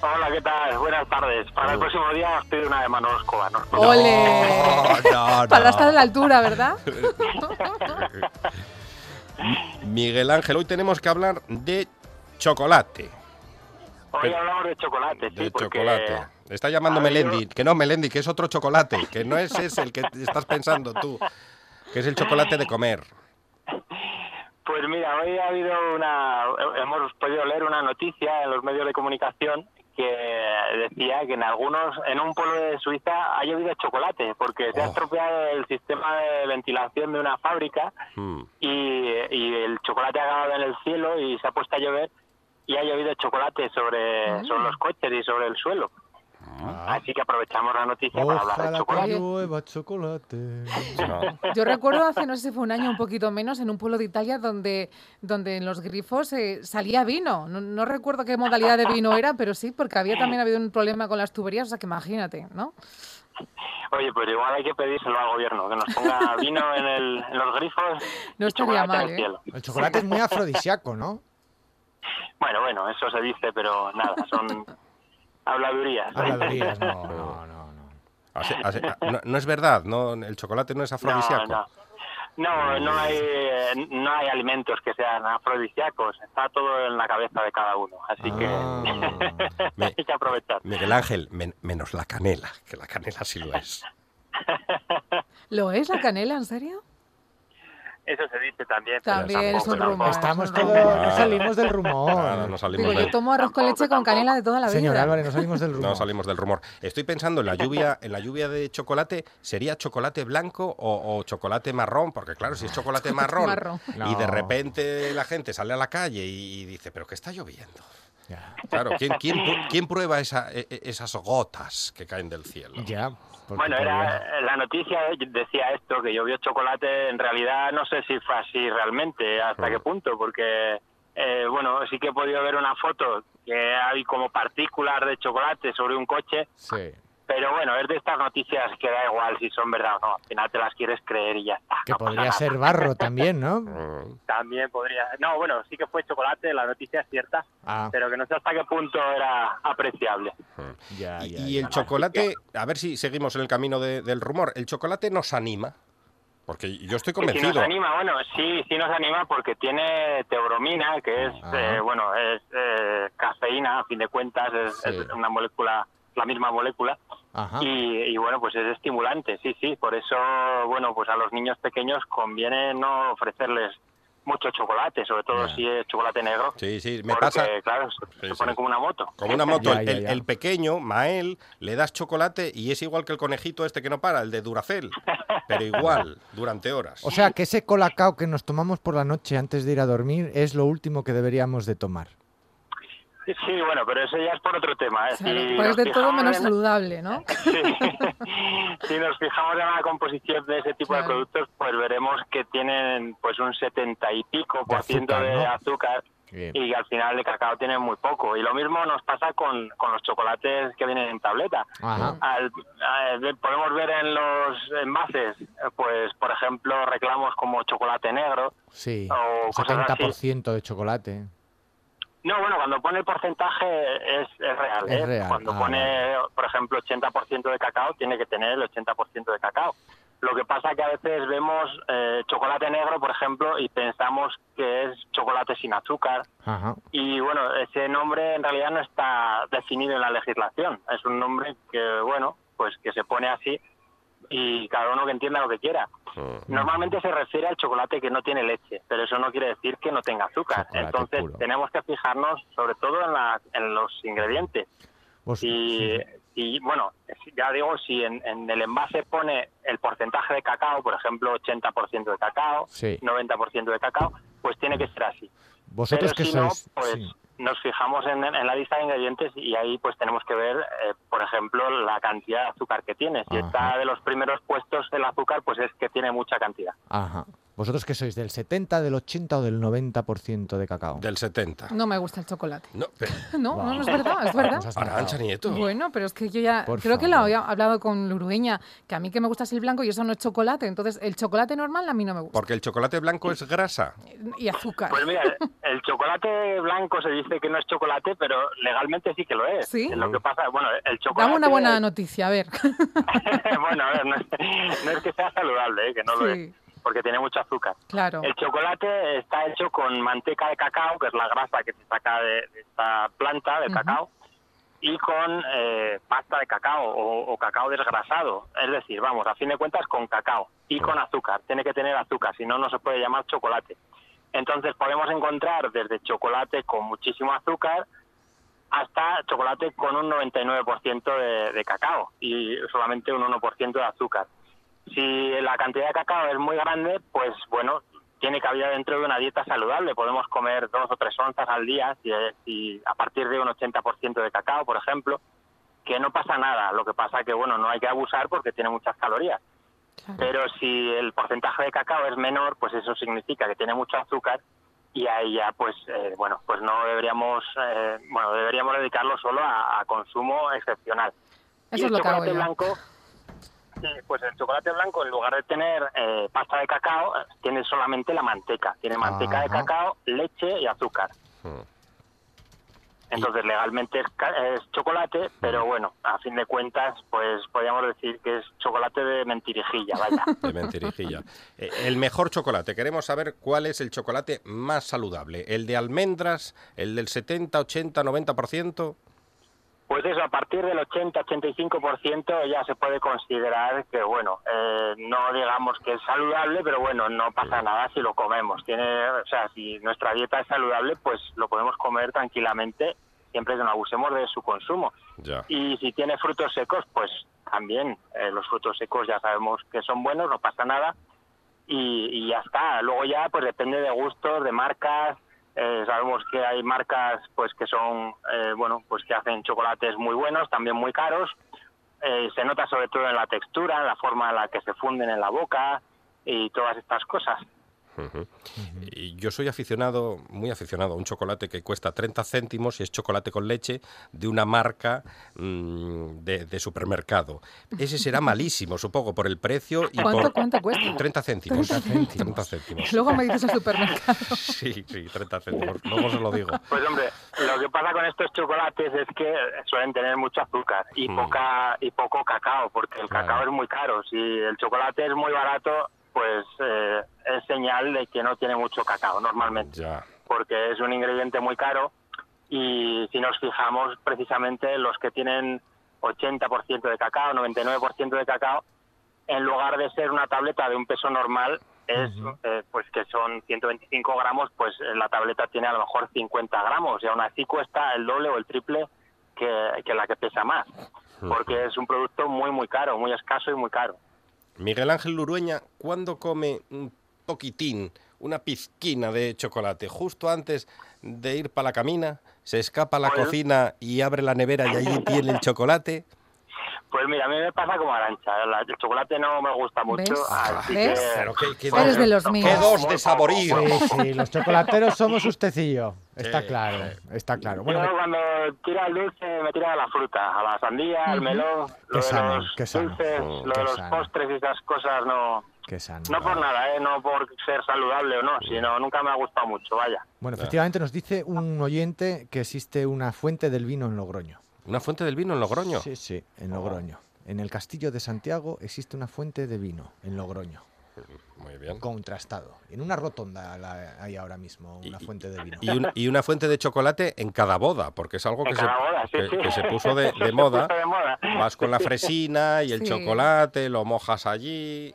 S9: Hola, ¿qué tal? Buenas tardes. Para el próximo día os pido una de Manolo Escobar. ¿no?
S4: ¡Ole!
S3: Oh, No, no,
S4: Para
S3: no.
S4: estar a la altura, ¿verdad?
S3: Miguel Ángel, hoy tenemos que hablar de chocolate.
S9: Hoy hablamos de chocolate, sí,
S3: De
S9: porque...
S3: chocolate. Está llamando
S9: A ver,
S3: Melendi. Que no, Melendi, que es otro chocolate. Que no es ese el que estás pensando tú. Que es el chocolate de comer.
S9: Pues mira, hoy ha habido una... Hemos podido leer una noticia en los medios de comunicación que decía que en algunos, en un pueblo de Suiza ha llovido chocolate porque se ha
S3: Oh.
S9: estropeado el sistema de ventilación de una fábrica
S3: Mm.
S9: y, y el chocolate ha acabado en el cielo y se ha puesto a llover y ha llovido chocolate sobre, sobre los coches y sobre el suelo. Así que aprovechamos la noticia para hablar de
S6: Ojalá
S9: chocolate.
S6: que llueva chocolate.
S3: No.
S4: Yo recuerdo hace, no sé si fue un año, un poquito menos, en un pueblo de Italia donde, donde en los grifos eh, salía vino. No, no recuerdo qué modalidad de vino era, pero sí, porque había también habido un problema con las tuberías, o sea que imagínate, ¿no?
S9: Oye, pues igual hay que pedírselo al gobierno, que nos ponga vino en, el, en los grifos
S4: No
S9: y
S4: estaría
S9: chocolate
S4: mal,
S9: en el
S4: ¿eh?
S9: cielo.
S6: El chocolate es muy afrodisíaco, ¿no?
S9: Bueno, bueno, eso se dice, pero nada, son habladurías.
S6: Habladurías, no, no, no. no.
S3: Así- así- ah, no, no es verdad, no, el chocolate no es
S9: No,
S3: afrodisíaco.
S9: no. No, no hay, no hay alimentos que sean afrodisíacos. Está todo en la cabeza de cada uno. Así
S3: Ah,
S9: que
S3: me-
S9: hay que aprovechar.
S3: Miguel Ángel, men- menos la canela, que la canela sí lo es.
S4: ¿Lo es la canela, en serio?
S9: Eso se dice también. pero
S4: También es
S9: tampoco,
S4: un rumor.
S6: Estamos
S9: tampoco.
S4: es un
S6: todos,
S4: rumor.
S6: no salimos del
S3: Nada,
S6: rumor.
S3: no salimos
S4: Oh, Digo,
S3: del,
S4: yo tomo arroz con leche con canela de toda la vida.
S6: Señor Álvarez, no salimos del rumor.
S3: no salimos del rumor. Estoy pensando en la lluvia, en la lluvia de chocolate, ¿sería chocolate blanco o, o chocolate marrón? Porque claro, si es chocolate marrón,
S4: marrón.
S3: y de
S6: No.
S3: repente la gente sale a la calle y, y dice, pero que está lloviendo.
S6: Ya,
S3: Claro, ¿quién, quién, pu- quién prueba esa- e- e- esas gotas que caen del cielo?
S6: ya. porque
S9: Bueno,
S6: podría-
S9: era la noticia eh, decía esto que llovió chocolate. En realidad no sé si fue así realmente, hasta qué punto, porque eh, bueno sí que he podido ver una foto que hay como partículas de chocolate sobre un coche,
S6: Sí.
S9: pero bueno es de estas noticias que da igual si son verdad o no. Al final te las quieres creer y ya está.
S6: Que
S9: no pasa
S6: podría
S9: nada.
S6: ser barro también, ¿no?
S3: Mm.
S9: También podría. No, bueno sí que fue chocolate. La noticia es cierta,
S6: Ah,
S9: pero que no sé hasta qué punto era apreciable.
S6: ya,
S3: Y,
S6: ya,
S3: y el
S6: ya.
S3: chocolate, a ver si seguimos en el camino de- del rumor, el chocolate nos anima, porque yo estoy
S9: Que Si
S3: convencido.
S9: nos anima, bueno, sí, sí nos anima porque tiene teobromina, que es,
S6: Ajá.
S9: eh, bueno, es eh, cafeína, a fin de cuentas, es,
S6: Sí.
S9: es una molécula, la misma molécula,
S6: Ajá.
S9: y, y, bueno, pues es estimulante, sí, sí, por eso, bueno, pues a los niños pequeños conviene no ofrecerles mucho chocolate, sobre todo
S6: Ya.
S9: si es chocolate negro,
S3: Sí, sí, me
S9: porque,
S3: pasa
S9: claro, se,
S3: Sí,
S9: se
S3: sí.
S9: pone como una moto.
S3: como una moto.
S6: Ya,
S3: el,
S6: ya,
S3: el-
S6: ya.
S3: el pequeño, Mael, le das chocolate y es igual que el conejito este que no para, el de Duracel, pero igual, durante horas.
S6: O sea, que ese colacao que nos tomamos por la noche antes de ir a dormir es lo último que deberíamos de tomar.
S9: Sí, bueno, pero eso ya es por otro tema. ¿eh? Si
S4: Claro,
S9: nos
S4: pues de todo
S9: fijamos
S4: menos
S9: en-
S4: saludable, ¿no?
S9: Sí. si nos fijamos en la composición de ese tipo de
S4: Claro.
S9: productos, pues veremos que tienen pues un setenta y pico por ciento
S6: azúcar,
S9: de
S6: ¿no?
S9: azúcar y al final de cacao tienen muy poco. Y lo mismo nos pasa con, con los chocolates que vienen en tableta.
S6: Ajá.
S9: Al- al- podemos ver en los envases, eh, pues por ejemplo, reclamos como chocolate negro.
S6: Sí.
S9: O cosas así.
S6: 70% de chocolate.
S9: No, bueno, cuando pone el porcentaje es, es real.
S6: Es
S9: ¿eh?
S6: real,
S9: Cuando
S6: ah,
S9: pone, por ejemplo, 80% de cacao, tiene que tener el 80% de cacao. Lo que pasa que a veces vemos eh, chocolate negro, por ejemplo, y pensamos que es chocolate sin azúcar.
S6: Ajá.
S9: Y bueno, ese nombre en realidad no está definido en la legislación. Es un nombre que, bueno, pues que se pone así y cada uno que entienda lo que quiera. Normalmente se refiere al chocolate que no tiene leche, pero eso no quiere decir que no tenga azúcar.
S6: Chocolate
S9: Entonces
S6: puro.
S9: tenemos que fijarnos sobre todo en, la- en los ingredientes.
S6: Vos-
S9: Y,
S6: sí.
S9: y, bueno, si- ya digo, si en, en el envase pone el porcentaje de cacao, por ejemplo, 80% de cacao,
S6: Sí.
S9: 90% de cacao, pues tiene que ser así.
S6: Vosotros que
S9: Pero si
S6: sois.
S9: no, pues
S6: sí.
S9: nos fijamos en, en la lista de ingredientes y ahí pues tenemos que ver, eh, por ejemplo, la cantidad de azúcar que tiene. Si
S6: Ajá.
S9: está de los primeros puestos el azúcar, pues es que tiene mucha cantidad.
S6: Ajá. Vosotros que sois del 70, del 80 o del 90% de cacao.
S3: Del 70.
S4: No me gusta el chocolate.
S3: No, pero,
S4: No, no, no es verdad, es verdad.
S6: Nos has matado.
S3: Arancha Nieto.
S4: Bueno, pero es que yo ya
S6: Por
S4: creo que lo
S6: favor.
S4: había hablado con Lurueña, que a mí que me gusta es el blanco y eso no es chocolate. Entonces, el chocolate normal a mí no me gusta.
S3: Porque el chocolate blanco es grasa.
S4: Y azúcar.
S9: Pues mira, el chocolate blanco se dice que no es chocolate, pero legalmente sí que lo es.
S4: ¿Sí?
S9: Es Lo que pasa, bueno, el chocolate...
S4: Dame una buena noticia, a ver.
S9: bueno, a ver, no, es- no es que sea saludable, eh, que no lo
S4: Sí.
S9: es, porque tiene mucho azúcar.
S4: claro.
S9: El chocolate está hecho con manteca de cacao, que es la grasa que se saca de, de esta planta del
S4: Ujú.
S9: cacao, y con eh, pasta de cacao o, o cacao desgrasado. Es decir, vamos, a fin de cuentas con cacao y con azúcar. Tiene que tener azúcar, si no, no se puede llamar chocolate. Entonces podemos encontrar desde chocolate con muchísimo azúcar hasta chocolate con un 99% de, de cacao y solamente un 1% de azúcar. Si la cantidad de cacao es muy grande, pues bueno, tiene cabida dentro de una dieta saludable. Podemos comer dos o tres onzas al día si, si a partir de un 80% de cacao, por ejemplo, que no pasa nada. Lo que pasa que bueno, no hay que abusar porque tiene muchas calorías. Pero si el porcentaje de cacao es menor, pues eso significa que tiene mucho azúcar y ahí ya pues eh, bueno pues no deberíamos eh, bueno deberíamos dedicarlo solo a, a consumo excepcional
S4: Eso
S9: y
S4: es
S9: el
S4: lo que hago
S9: chocolate
S4: yo.
S9: blanco eh, pues el chocolate blanco en lugar de tener eh, pasta de cacao eh, tiene solamente la manteca tiene manteca de
S6: Ajá.
S9: cacao leche y azúcar entonces legalmente es, ca- es chocolate pero bueno a fin de cuentas pues podríamos decir que es chocolate de mentirijilla vaya
S3: De mentirijilla. Eh, el mejor chocolate. Queremos saber cuál es el chocolate más saludable. ¿El de almendras? ¿El del 70, 80, 90%?
S9: Pues eso, a partir del 80-85% ya se puede considerar que, bueno, eh, no digamos que es saludable, pero bueno, no pasa nada si lo comemos. Tiene, o sea, si nuestra dieta es saludable, pues lo podemos comer tranquilamente, siempre que no abusemos de su consumo.
S3: Ya.
S9: Y si tiene frutos secos, pues también eh, los frutos secos ya sabemos que son buenos, no pasa nada y, y ya está. Luego ya pues depende de gustos, de marcas. Eh, sabemos que hay marcas pues que son eh, bueno pues que hacen chocolates muy buenos, también muy caros. Eh, se nota sobre todo en la textura, en la forma en la que se funden en la boca y todas estas cosas.
S3: Y Yo soy aficionado, muy aficionado a un chocolate que cuesta 30 céntimos y es chocolate con leche de una marca mm, de, de supermercado. Ese será malísimo, supongo, por el precio y
S4: ¿Cuánto,
S3: por...
S4: cuánto cuesta?
S3: 30 céntimos.
S4: 30
S3: 30 céntimos.
S4: Luego me dices el supermercado.
S3: Sí, sí, 30 céntimos. Luego se lo digo.
S9: Pues hombre, lo que pasa con estos chocolates es que suelen tener mucho azúcar y poca y poco cacao, porque el
S3: Claro.
S9: cacao es muy caro. Si el chocolate es muy barato, pues eh, es señal de que no tiene mucho cacao normalmente,
S3: Ya.
S9: porque es un ingrediente muy caro y si nos fijamos precisamente los que tienen 80% de cacao, 99% de cacao, en lugar de ser una tableta de un peso normal, es eh, pues que son 125 gramos, pues eh, la tableta tiene a lo mejor 50 gramos y aún así cuesta el doble o el triple que, que la que pesa más, porque es un producto muy, muy caro, muy escaso y muy caro.
S3: Miguel Ángel Lurueña, ¿cuándo come un poquitín, una pizquina de chocolate? Justo antes de ir para la camina, se escapa a la
S9: Bueno.
S3: cocina y abre la nevera y allí tiene el chocolate.
S9: Pues mira, a mí me pasa como arancha, el chocolate no me gusta mucho,
S4: ¿Ves?
S9: así
S4: ¿Ves?
S9: que...
S3: Pero qué, qué
S4: Eres
S3: dos,
S4: de los
S9: Qué
S3: qué
S4: míos.
S3: dos
S9: Muy
S3: de saborío.
S6: Sí, sí, los chocolateros somos usted y yo. Está claro, está claro. Bueno,
S9: Yo cuando tiro al dulce me tiro a la fruta, a la sandía, al melón, lo de
S6: sano,
S9: los
S6: qué sano.
S9: dulces,
S6: Mm,
S9: lo
S6: qué
S9: de los
S6: sano.
S9: postres y esas cosas no,
S6: qué sano.
S9: no por nada, ¿eh? no por ser saludable o no, sino nunca me ha gustado mucho, vaya.
S6: Bueno, efectivamente nos dice un oyente que existe una fuente del vino en Logroño.
S3: Una fuente del vino en Logroño.
S6: Sí, sí, en Logroño. En el castillo de Santiago existe una fuente de vino en Logroño,
S3: Muy bien.
S6: contrastado. En una rotonda la hay ahora mismo una
S3: Y-
S6: fuente de vino.
S3: Y, un- y una fuente de chocolate en cada boda, porque es algo
S9: En
S3: Oh, que, se,
S9: cada boda, sí,
S3: que-
S9: sí.
S3: que se puso de,
S9: Eso
S3: de
S9: se
S3: moda.
S9: puso de moda.
S3: Vas con la fresina y el
S4: Sí.
S3: chocolate, lo mojas allí,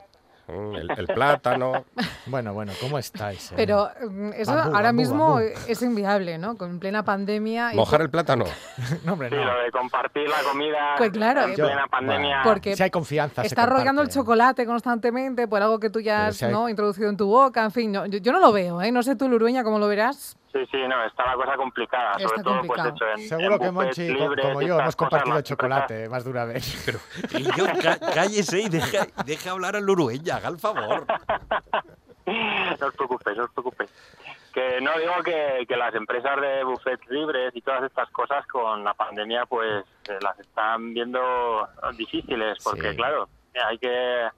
S3: mm, el, el plátano.
S6: Bueno, bueno, ¿cómo estáis? eh?
S4: Pero mm, eso
S6: Bambú,
S4: ahora
S6: bambú,
S4: mismo
S6: bambú.
S4: es inviable, ¿no? Con plena pandemia. y
S3: Mojar el plátano.
S6: no, hombre,
S9: Sí,
S6: no.
S9: lo de compartir la comida
S4: Pues claro,
S9: en
S4: eh,
S6: Yo-
S9: plena pandemia.
S6: bueno,
S4: Porque
S6: si hay confianza. se
S4: Está rollando el
S6: comparte. ¿eh?
S4: chocolate constantemente por algo que tú ya
S6: Pero
S4: has
S6: si hay-
S4: ¿no? introducido en tu boca. En fin, no, yo, yo no lo veo, ¿eh? No sé tú, Lurueña, cómo lo verás.
S9: Sí, sí, no, está la cosa complicada,
S4: Está
S9: sobre todo
S4: complicado.
S9: pues hecho en
S6: Seguro
S9: en
S6: que
S9: buffets
S6: Monchi, co-
S9: libres
S6: como
S9: y
S6: yo,
S9: estas
S6: hemos
S9: cosas,
S6: compartido
S9: las empresas-
S6: chocolate más de una vez.
S1: Y yo, cállese y deja, hablar al Urueña, haga el favor.
S9: No os preocupéis, no os preocupéis. Que no digo que, que las empresas de buffets libres y todas estas cosas con la pandemia pues eh, las están viendo difíciles porque
S6: Sí.
S9: claro, hay que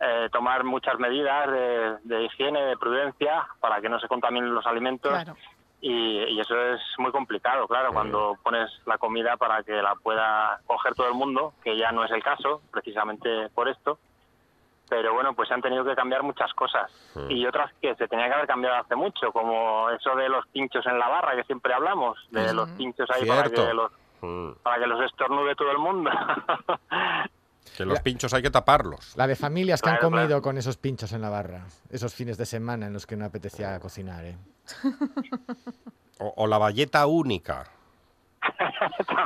S9: eh, tomar muchas medidas de, de higiene, de prudencia para que no se contaminen los alimentos
S4: Claro.
S9: y, y eso es muy complicado, claro, cuando pones la comida para que la pueda coger todo el mundo, que ya no es el caso precisamente por esto pero bueno, pues se han tenido que cambiar muchas cosas y otras que se tenían que haber cambiado hace mucho, como eso de los pinchos en la barra que siempre hablamos, de los pinchos ahí para
S3: Cierto.
S9: que, los,
S3: Mm,
S9: para que los estornude todo el mundo.
S3: Que los pinchos hay que taparlos.
S6: La de familias que han
S9: Claro,
S6: comido
S9: claro.
S6: con esos pinchos en la barra, esos fines de semana en los que no apetecía cocinar. ¿eh?
S3: O, o la valleta única.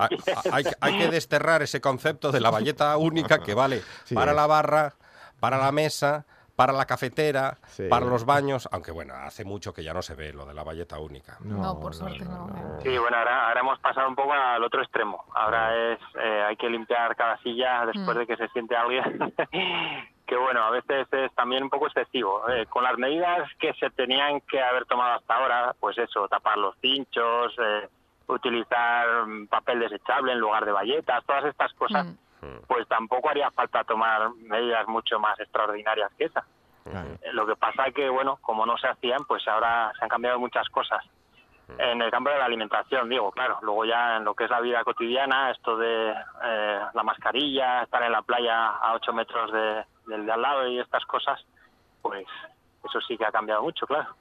S3: Hay, hay- hay que desterrar ese concepto de la valleta única que vale
S6: Sí.
S3: para la barra, para la mesa, para la cafetera,
S6: Sí.
S3: para los baños, aunque bueno, hace mucho que ya no se ve lo de la valleta única.
S4: No, por suerte no. eh.
S9: Sí, bueno, ahora, ahora hemos pasado un poco al otro extremo. Ahora es, eh, hay que limpiar cada silla después de que se siente alguien. que bueno, a veces es también un poco excesivo. Eh, con las medidas que se tenían que haber tomado hasta ahora, pues eso, tapar los cinchos, eh, utilizar mm, papel desechable en lugar de bayetas, todas estas cosas,
S4: Mm.
S9: pues tampoco haría falta tomar medidas mucho más extraordinarias que esas. Eh, Lo que pasa es que, bueno, como no se hacían, pues ahora se han cambiado muchas cosas. En el campo de la alimentación, digo, claro. Luego ya en lo que es la vida cotidiana, esto de eh, la mascarilla, estar en la playa a 8 metros de- del de al lado y estas cosas, pues eso sí que ha cambiado mucho, claro.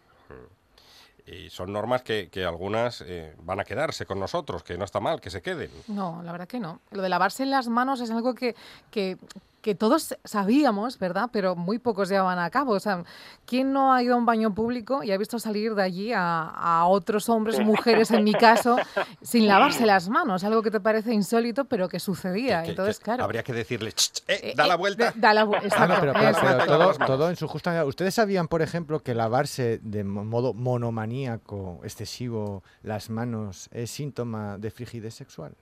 S3: Y son normas que, que algunas eh, van a quedarse con nosotros, que no está mal, que se queden.
S4: No, la verdad que no. Lo de lavarse las manos es algo que, que, que todos sabíamos, ¿verdad? Pero muy pocos llevaban a cabo. O sea, ¿quién no ha ido a un baño público y ha visto salir de allí a, a otros hombres, mujeres en mi caso, sin lavarse las manos? Algo que te parece insólito, pero que sucedía.
S3: Que- que-
S4: ah, Entonces,
S3: que
S4: claro.
S3: Habría que decirle, "Ch, ch, eh,
S4: Eh,
S3: da la
S4: eh,
S3: vuelta.
S4: da la vu- exacto,
S6: Bueno, Ah, pero, pero-
S4: eso.
S6: pero
S3: Exacto.
S6: todo,
S3: Las manos.
S6: todo en su justa medida. ¿Ustedes sabían, por ejemplo, que lavarse de mo- modo monomaníaco, excesivo, las manos es síntoma de frigidez sexual?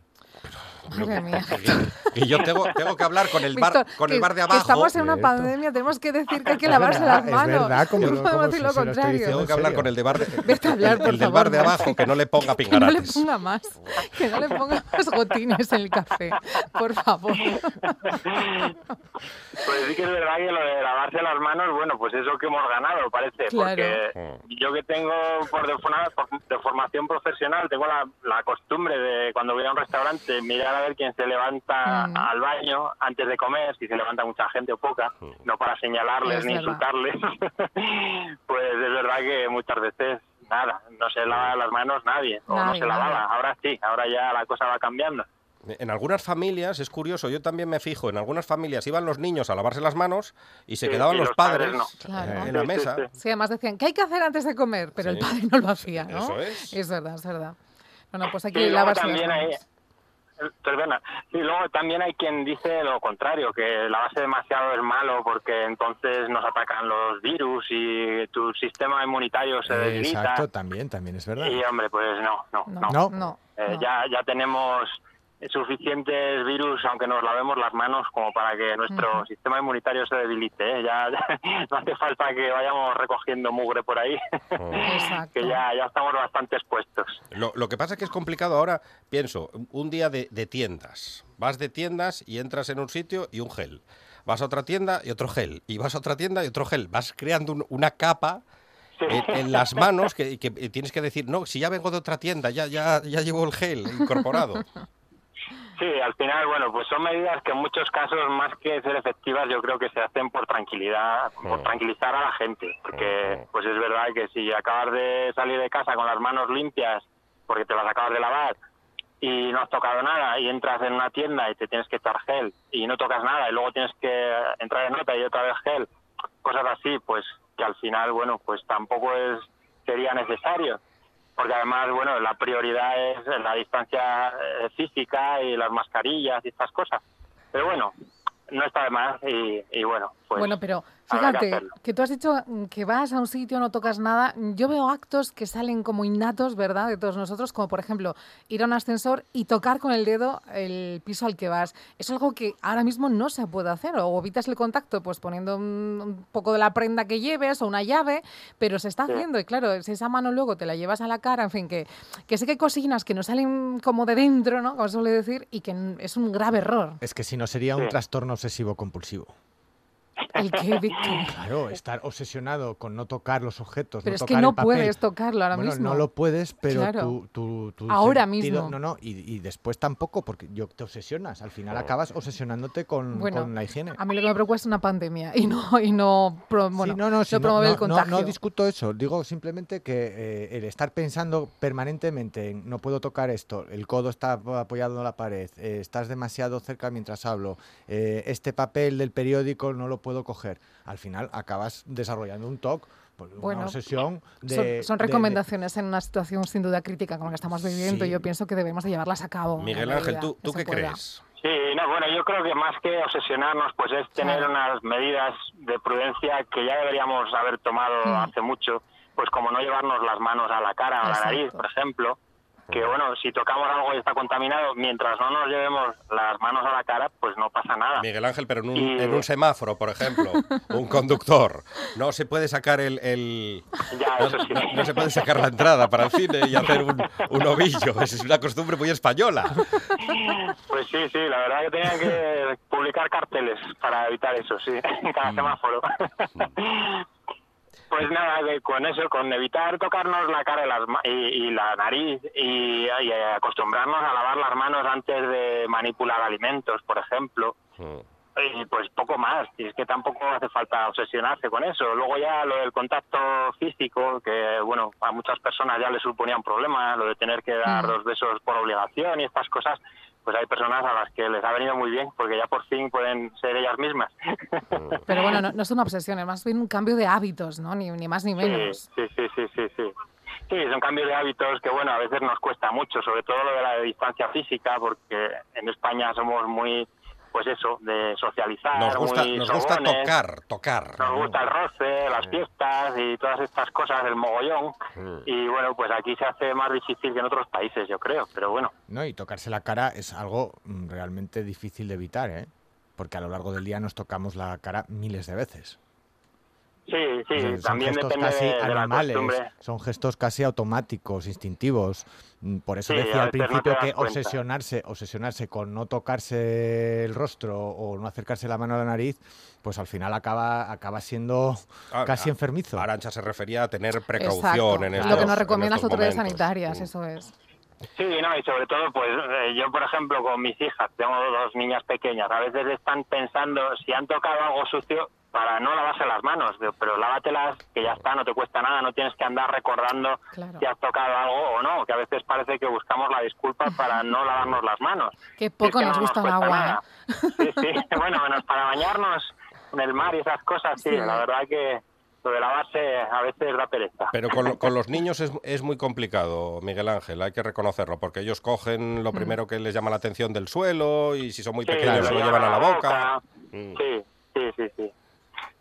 S4: Madre mía.
S3: Y yo tengo, tengo que hablar con el bar,
S4: Víctor,
S3: con
S4: que-
S3: el bar de
S4: que
S3: abajo.
S4: estamos en una
S6: Cierto.
S4: pandemia, tenemos que decir que hay que
S6: Es
S4: lavarse
S6: verdad,
S4: las
S6: es
S4: manos.
S6: verdad, como
S4: no
S6: lo-
S4: podemos
S6: como
S4: decir lo
S6: se lo estoy
S4: contrario.
S3: Tengo que hablar con el de bar de,
S4: Vete a hablar, por
S3: el del bar
S4: favor,
S3: de
S4: Marta.
S3: abajo, que no le ponga
S4: Que no le
S3: pingarates.
S4: ponga más, que no le ponga más gotines en el café, por favor.
S9: Pues sí que es verdad que lo de lavarse las manos, bueno, pues eso que hemos ganado, parece.
S4: Claro.
S9: Porque yo que tengo por de, forma- por- de formación profesional, tengo la, la costumbre de cuando voy a un restaurante mirar a ver quién se levanta
S4: Mm.
S9: al baño antes de comer, si se levanta mucha gente o poca, no para señalarles
S4: Es
S9: ni
S4: verdad.
S9: insultarles. pues es verdad que muchas veces nada, no se lava las manos nadie, o no
S4: Nadie,
S9: se lavaba.
S4: nadie.
S9: Ahora sí, ahora ya la cosa va cambiando.
S3: En algunas familias, es curioso, yo también me fijo, en algunas familias iban los niños a lavarse las manos y se
S9: Sí,
S3: quedaban
S9: y
S3: los
S9: los
S3: padres,
S9: padres
S4: Claro.
S3: en la
S9: Sí, sí,
S3: mesa.
S9: sí.
S4: Sí, además decían, ¿qué hay que hacer antes de comer? Pero el
S3: Sí.
S4: padre no lo hacía, ¿no?
S3: Eso es.
S4: verdad, es verdad. Bueno, pues hay
S9: Y
S4: que
S9: luego
S4: lavarse las
S9: también hay-
S4: manos.
S9: eh, Perdona, y luego también hay quien dice lo contrario, que lavarse demasiado es malo porque entonces nos atacan los virus y tu sistema inmunitario se debilita.
S6: Exacto, también, también es verdad.
S9: Y hombre, pues no, no,
S4: No,
S9: no.
S6: No.
S4: no. no,
S9: Eh, Ya, ya tenemos suficientes virus, aunque nos lavemos las manos, como para que nuestro sistema inmunitario se debilite. ¿eh? Ya, ya no hace falta que vayamos recogiendo mugre por ahí,
S4: Exacto.
S9: que ya, ya estamos bastante expuestos.
S3: Oh. Lo, lo que pasa es que es complicado ahora, pienso, un día de, de tiendas. Vas de tiendas y entras en un sitio y un gel. Vas a otra tienda y otro gel. Y vas a otra tienda y otro gel. Vas creando un- una capa en, en las manos que, que tienes que decir, no, si ya vengo de otra tienda, ya, ya, ya llevo el gel incorporado.
S9: Sí, al final, bueno, pues son medidas que en muchos casos, más que ser efectivas, yo creo que se hacen por tranquilidad, por tranquilizar a la gente. Porque, pues es verdad que si acabas de salir de casa con las manos limpias, porque te las acabas de lavar, y no has tocado nada, y entras en una tienda y te tienes que echar gel, y no tocas nada, y luego tienes que entrar en otra y otra vez gel, cosas así, pues que al final, bueno, pues tampoco es sería necesario porque además, bueno, la prioridad es la distancia eh, física y las mascarillas y estas cosas. Pero bueno, no está de más y, y bueno, pues...
S4: bueno, pero
S9: habrá que
S4: fíjate,
S9: hacerlo.
S4: que tú has dicho mm, que vas a un sitio, no tocas nada. Yo veo actos que salen como innatos, ¿verdad?, de todos nosotros, como por ejemplo ir a un ascensor y tocar con el dedo el piso al que vas. Es algo que ahora mismo no se puede hacer. O evitas el contacto, pues poniendo un, un poco de la prenda que lleves o una llave, pero se está haciendo. Y claro, si esa mano luego te la llevas a la cara, en fin, que, que sé que hay cocinas que nos salen como de dentro, ¿no?, como se suele decir, y que mm, es un grave error.
S6: Es que si no sería un
S9: Sí.
S6: trastorno obsesivo compulsivo.
S4: El que, Víctor.
S6: Claro, estar obsesionado con no tocar los objetos,
S4: Eh. Pero
S6: no
S4: es
S6: tocar
S4: que no
S6: el papel.
S4: puedes tocarlo ahora
S6: Bueno,
S4: mismo.
S6: no lo puedes, pero
S4: Claro.
S6: tú, tú- tú
S4: Ahora
S6: sentido-
S4: mismo.
S6: No, no, y, y después tampoco, porque yo te obsesionas. Al final acabas obsesionándote con,
S4: Bueno,
S6: con la higiene.
S4: A mí lo que me preocupa es una pandemia y no, y no, pro- bueno,
S6: Sí, no, no, sí,
S4: no promueve el
S6: no, no,
S4: contagio.
S6: no discuto eso. Digo simplemente que eh, el estar pensando permanentemente en no puedo tocar esto, el codo está apoyado en la pared, eh, estás demasiado cerca mientras hablo, eh, este papel del periódico no lo puedo coger. Al final acabas desarrollando un TOC, pues,
S4: Bueno,
S6: una obsesión de...
S4: son, son
S6: de- de-
S4: recomendaciones en una situación sin duda crítica como la que estamos viviendo
S6: Sí.
S4: y yo pienso que debemos de llevarlas a cabo. en
S3: Miguel
S4: la
S3: Ángel,
S4: medida
S3: ¿tú,
S4: que
S3: ¿tú
S4: se
S3: qué
S4: pueda.
S3: crees?
S9: Sí, no, bueno, yo creo que más que obsesionarnos, pues es tener unas medidas de prudencia que ya deberíamos haber tomado
S4: Hmm.
S9: hace mucho, pues como no llevarnos las manos a la cara o a la
S4: Exacto.
S9: nariz, por ejemplo, que bueno, si tocamos algo y está contaminado, mientras no nos llevemos las manos a la cara, pues no pasa nada.
S3: Miguel Ángel, pero en un,
S9: Y-
S3: en un semáforo, por ejemplo, un conductor, no se puede sacar el... el-
S9: Ya,
S3: no,
S9: Ah, eso sí.
S3: no- no se puede sacar la entrada para el cine y hacer un, un ovillo. Es una costumbre muy española.
S9: Pues sí, sí, la verdad que tenían que publicar carteles para evitar eso, sí, en cada semáforo. Pues nada, que con eso, con evitar tocarnos la cara y, las ma- y, y la nariz y, y acostumbrarnos a lavar las manos antes de manipular alimentos, por ejemplo. Y pues poco más, y es que tampoco hace falta obsesionarse con eso. Luego ya lo del contacto físico, que bueno, a muchas personas ya les suponía un problema, lo de tener que
S3: Mm.
S9: dar dos besos por obligación y estas cosas, pues hay personas a las que les ha venido muy bien, porque ya por fin pueden ser ellas mismas.
S4: Pero bueno, no, no es una obsesión, es más bien un cambio de hábitos, ¿no? Ni, ni más ni menos.
S9: Sí, sí, sí, sí, sí. Sí, son cambios de hábitos que, bueno, a veces nos cuesta mucho, sobre todo lo de la distancia física, porque en España somos muy, pues eso, de socializar,
S3: Nos gusta,
S9: muy
S3: nos gusta
S9: sobones,
S3: tocar, tocar.
S9: Nos gusta el roce, las fiestas y todas estas cosas, el mogollón. Y bueno, pues aquí se hace más difícil que en otros países, yo creo, pero bueno.
S6: ¿no? Y tocarse la cara es algo mm, realmente difícil de evitar, ¿eh? Porque a lo largo del día nos tocamos la cara miles de veces.
S9: Sí,
S6: O sea,
S9: sí,
S6: son
S9: también
S6: gestos
S9: depende
S6: casi
S9: de, de la
S6: animales,
S9: costumbre.
S6: son gestos casi automáticos, instintivos. Mm, Por eso
S9: Sí,
S6: decía
S9: a
S6: al
S9: veces no te
S6: principio
S9: das
S6: que
S9: cuenta.
S6: obsesionarse, obsesionarse con no tocarse el rostro o no acercarse la mano a la nariz, pues al final acaba, acaba siendo
S3: Ah,
S6: casi
S3: ah,
S6: enfermizo.
S3: Arancha se refería a tener precaución
S4: Exacto.
S3: en
S4: Lo
S3: estos-
S4: que
S3: en
S4: nos recomiendan las
S3: estos
S4: autoridades
S3: momentos.
S4: sanitarias,
S3: Mm.
S4: eso es.
S9: Sí, no, y sobre todo, pues eh, yo, por ejemplo, con mis hijas, tengo dos niñas pequeñas, a veces están pensando si han tocado algo sucio para no lavarse las manos, Digo, pero lávatelas, que ya está, no te cuesta nada, no tienes que andar recordando
S4: Claro.
S9: si has tocado algo o no, que a veces parece que buscamos la disculpa para no lavarnos las manos.
S4: Qué
S9: Y es
S4: poco
S9: que
S4: nos
S9: no
S4: gusta el
S9: cuesta
S4: agua,
S9: nada. Sí, sí, bueno, menos para bañarnos en el mar y esas cosas, sí,
S4: Sí.
S9: la verdad que lo de lavarse a veces da pereza.
S3: Pero con, lo- con los niños es, es muy complicado, Miguel Ángel, hay que reconocerlo, porque ellos cogen lo primero que les llama la atención del suelo y si son muy
S9: Sí,
S3: pequeños se lo llevan a la boca. Mm.
S9: Sí, sí, sí, sí.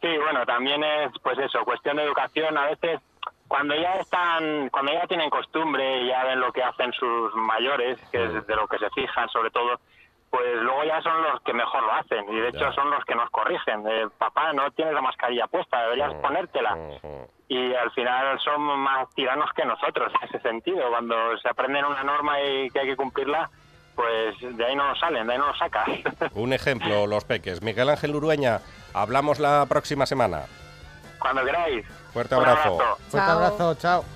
S9: Sí, bueno, también es, pues eso, cuestión de educación. A veces, cuando ya están, cuando ya tienen costumbre y ya ven lo que hacen sus mayores, que es de lo que se fijan sobre todo, pues luego ya son los que mejor lo hacen y de hecho
S3: Ya.
S9: son los que nos corrigen. de, Papá, no tienes la mascarilla puesta, deberías ponértela.
S3: Ujú.
S9: Y al final son más tiranos que nosotros en ese sentido. Cuando se aprenden una norma y que hay que cumplirla, pues de ahí no salen, de ahí no lo sacas.
S3: Un ejemplo, los peques. Miguel Ángel Urueña, hablamos la próxima semana.
S9: Cuando queráis.
S3: Fuerte
S9: Un
S3: abrazo.
S9: abrazo.
S6: Fuerte
S4: Chao.
S6: abrazo, chao.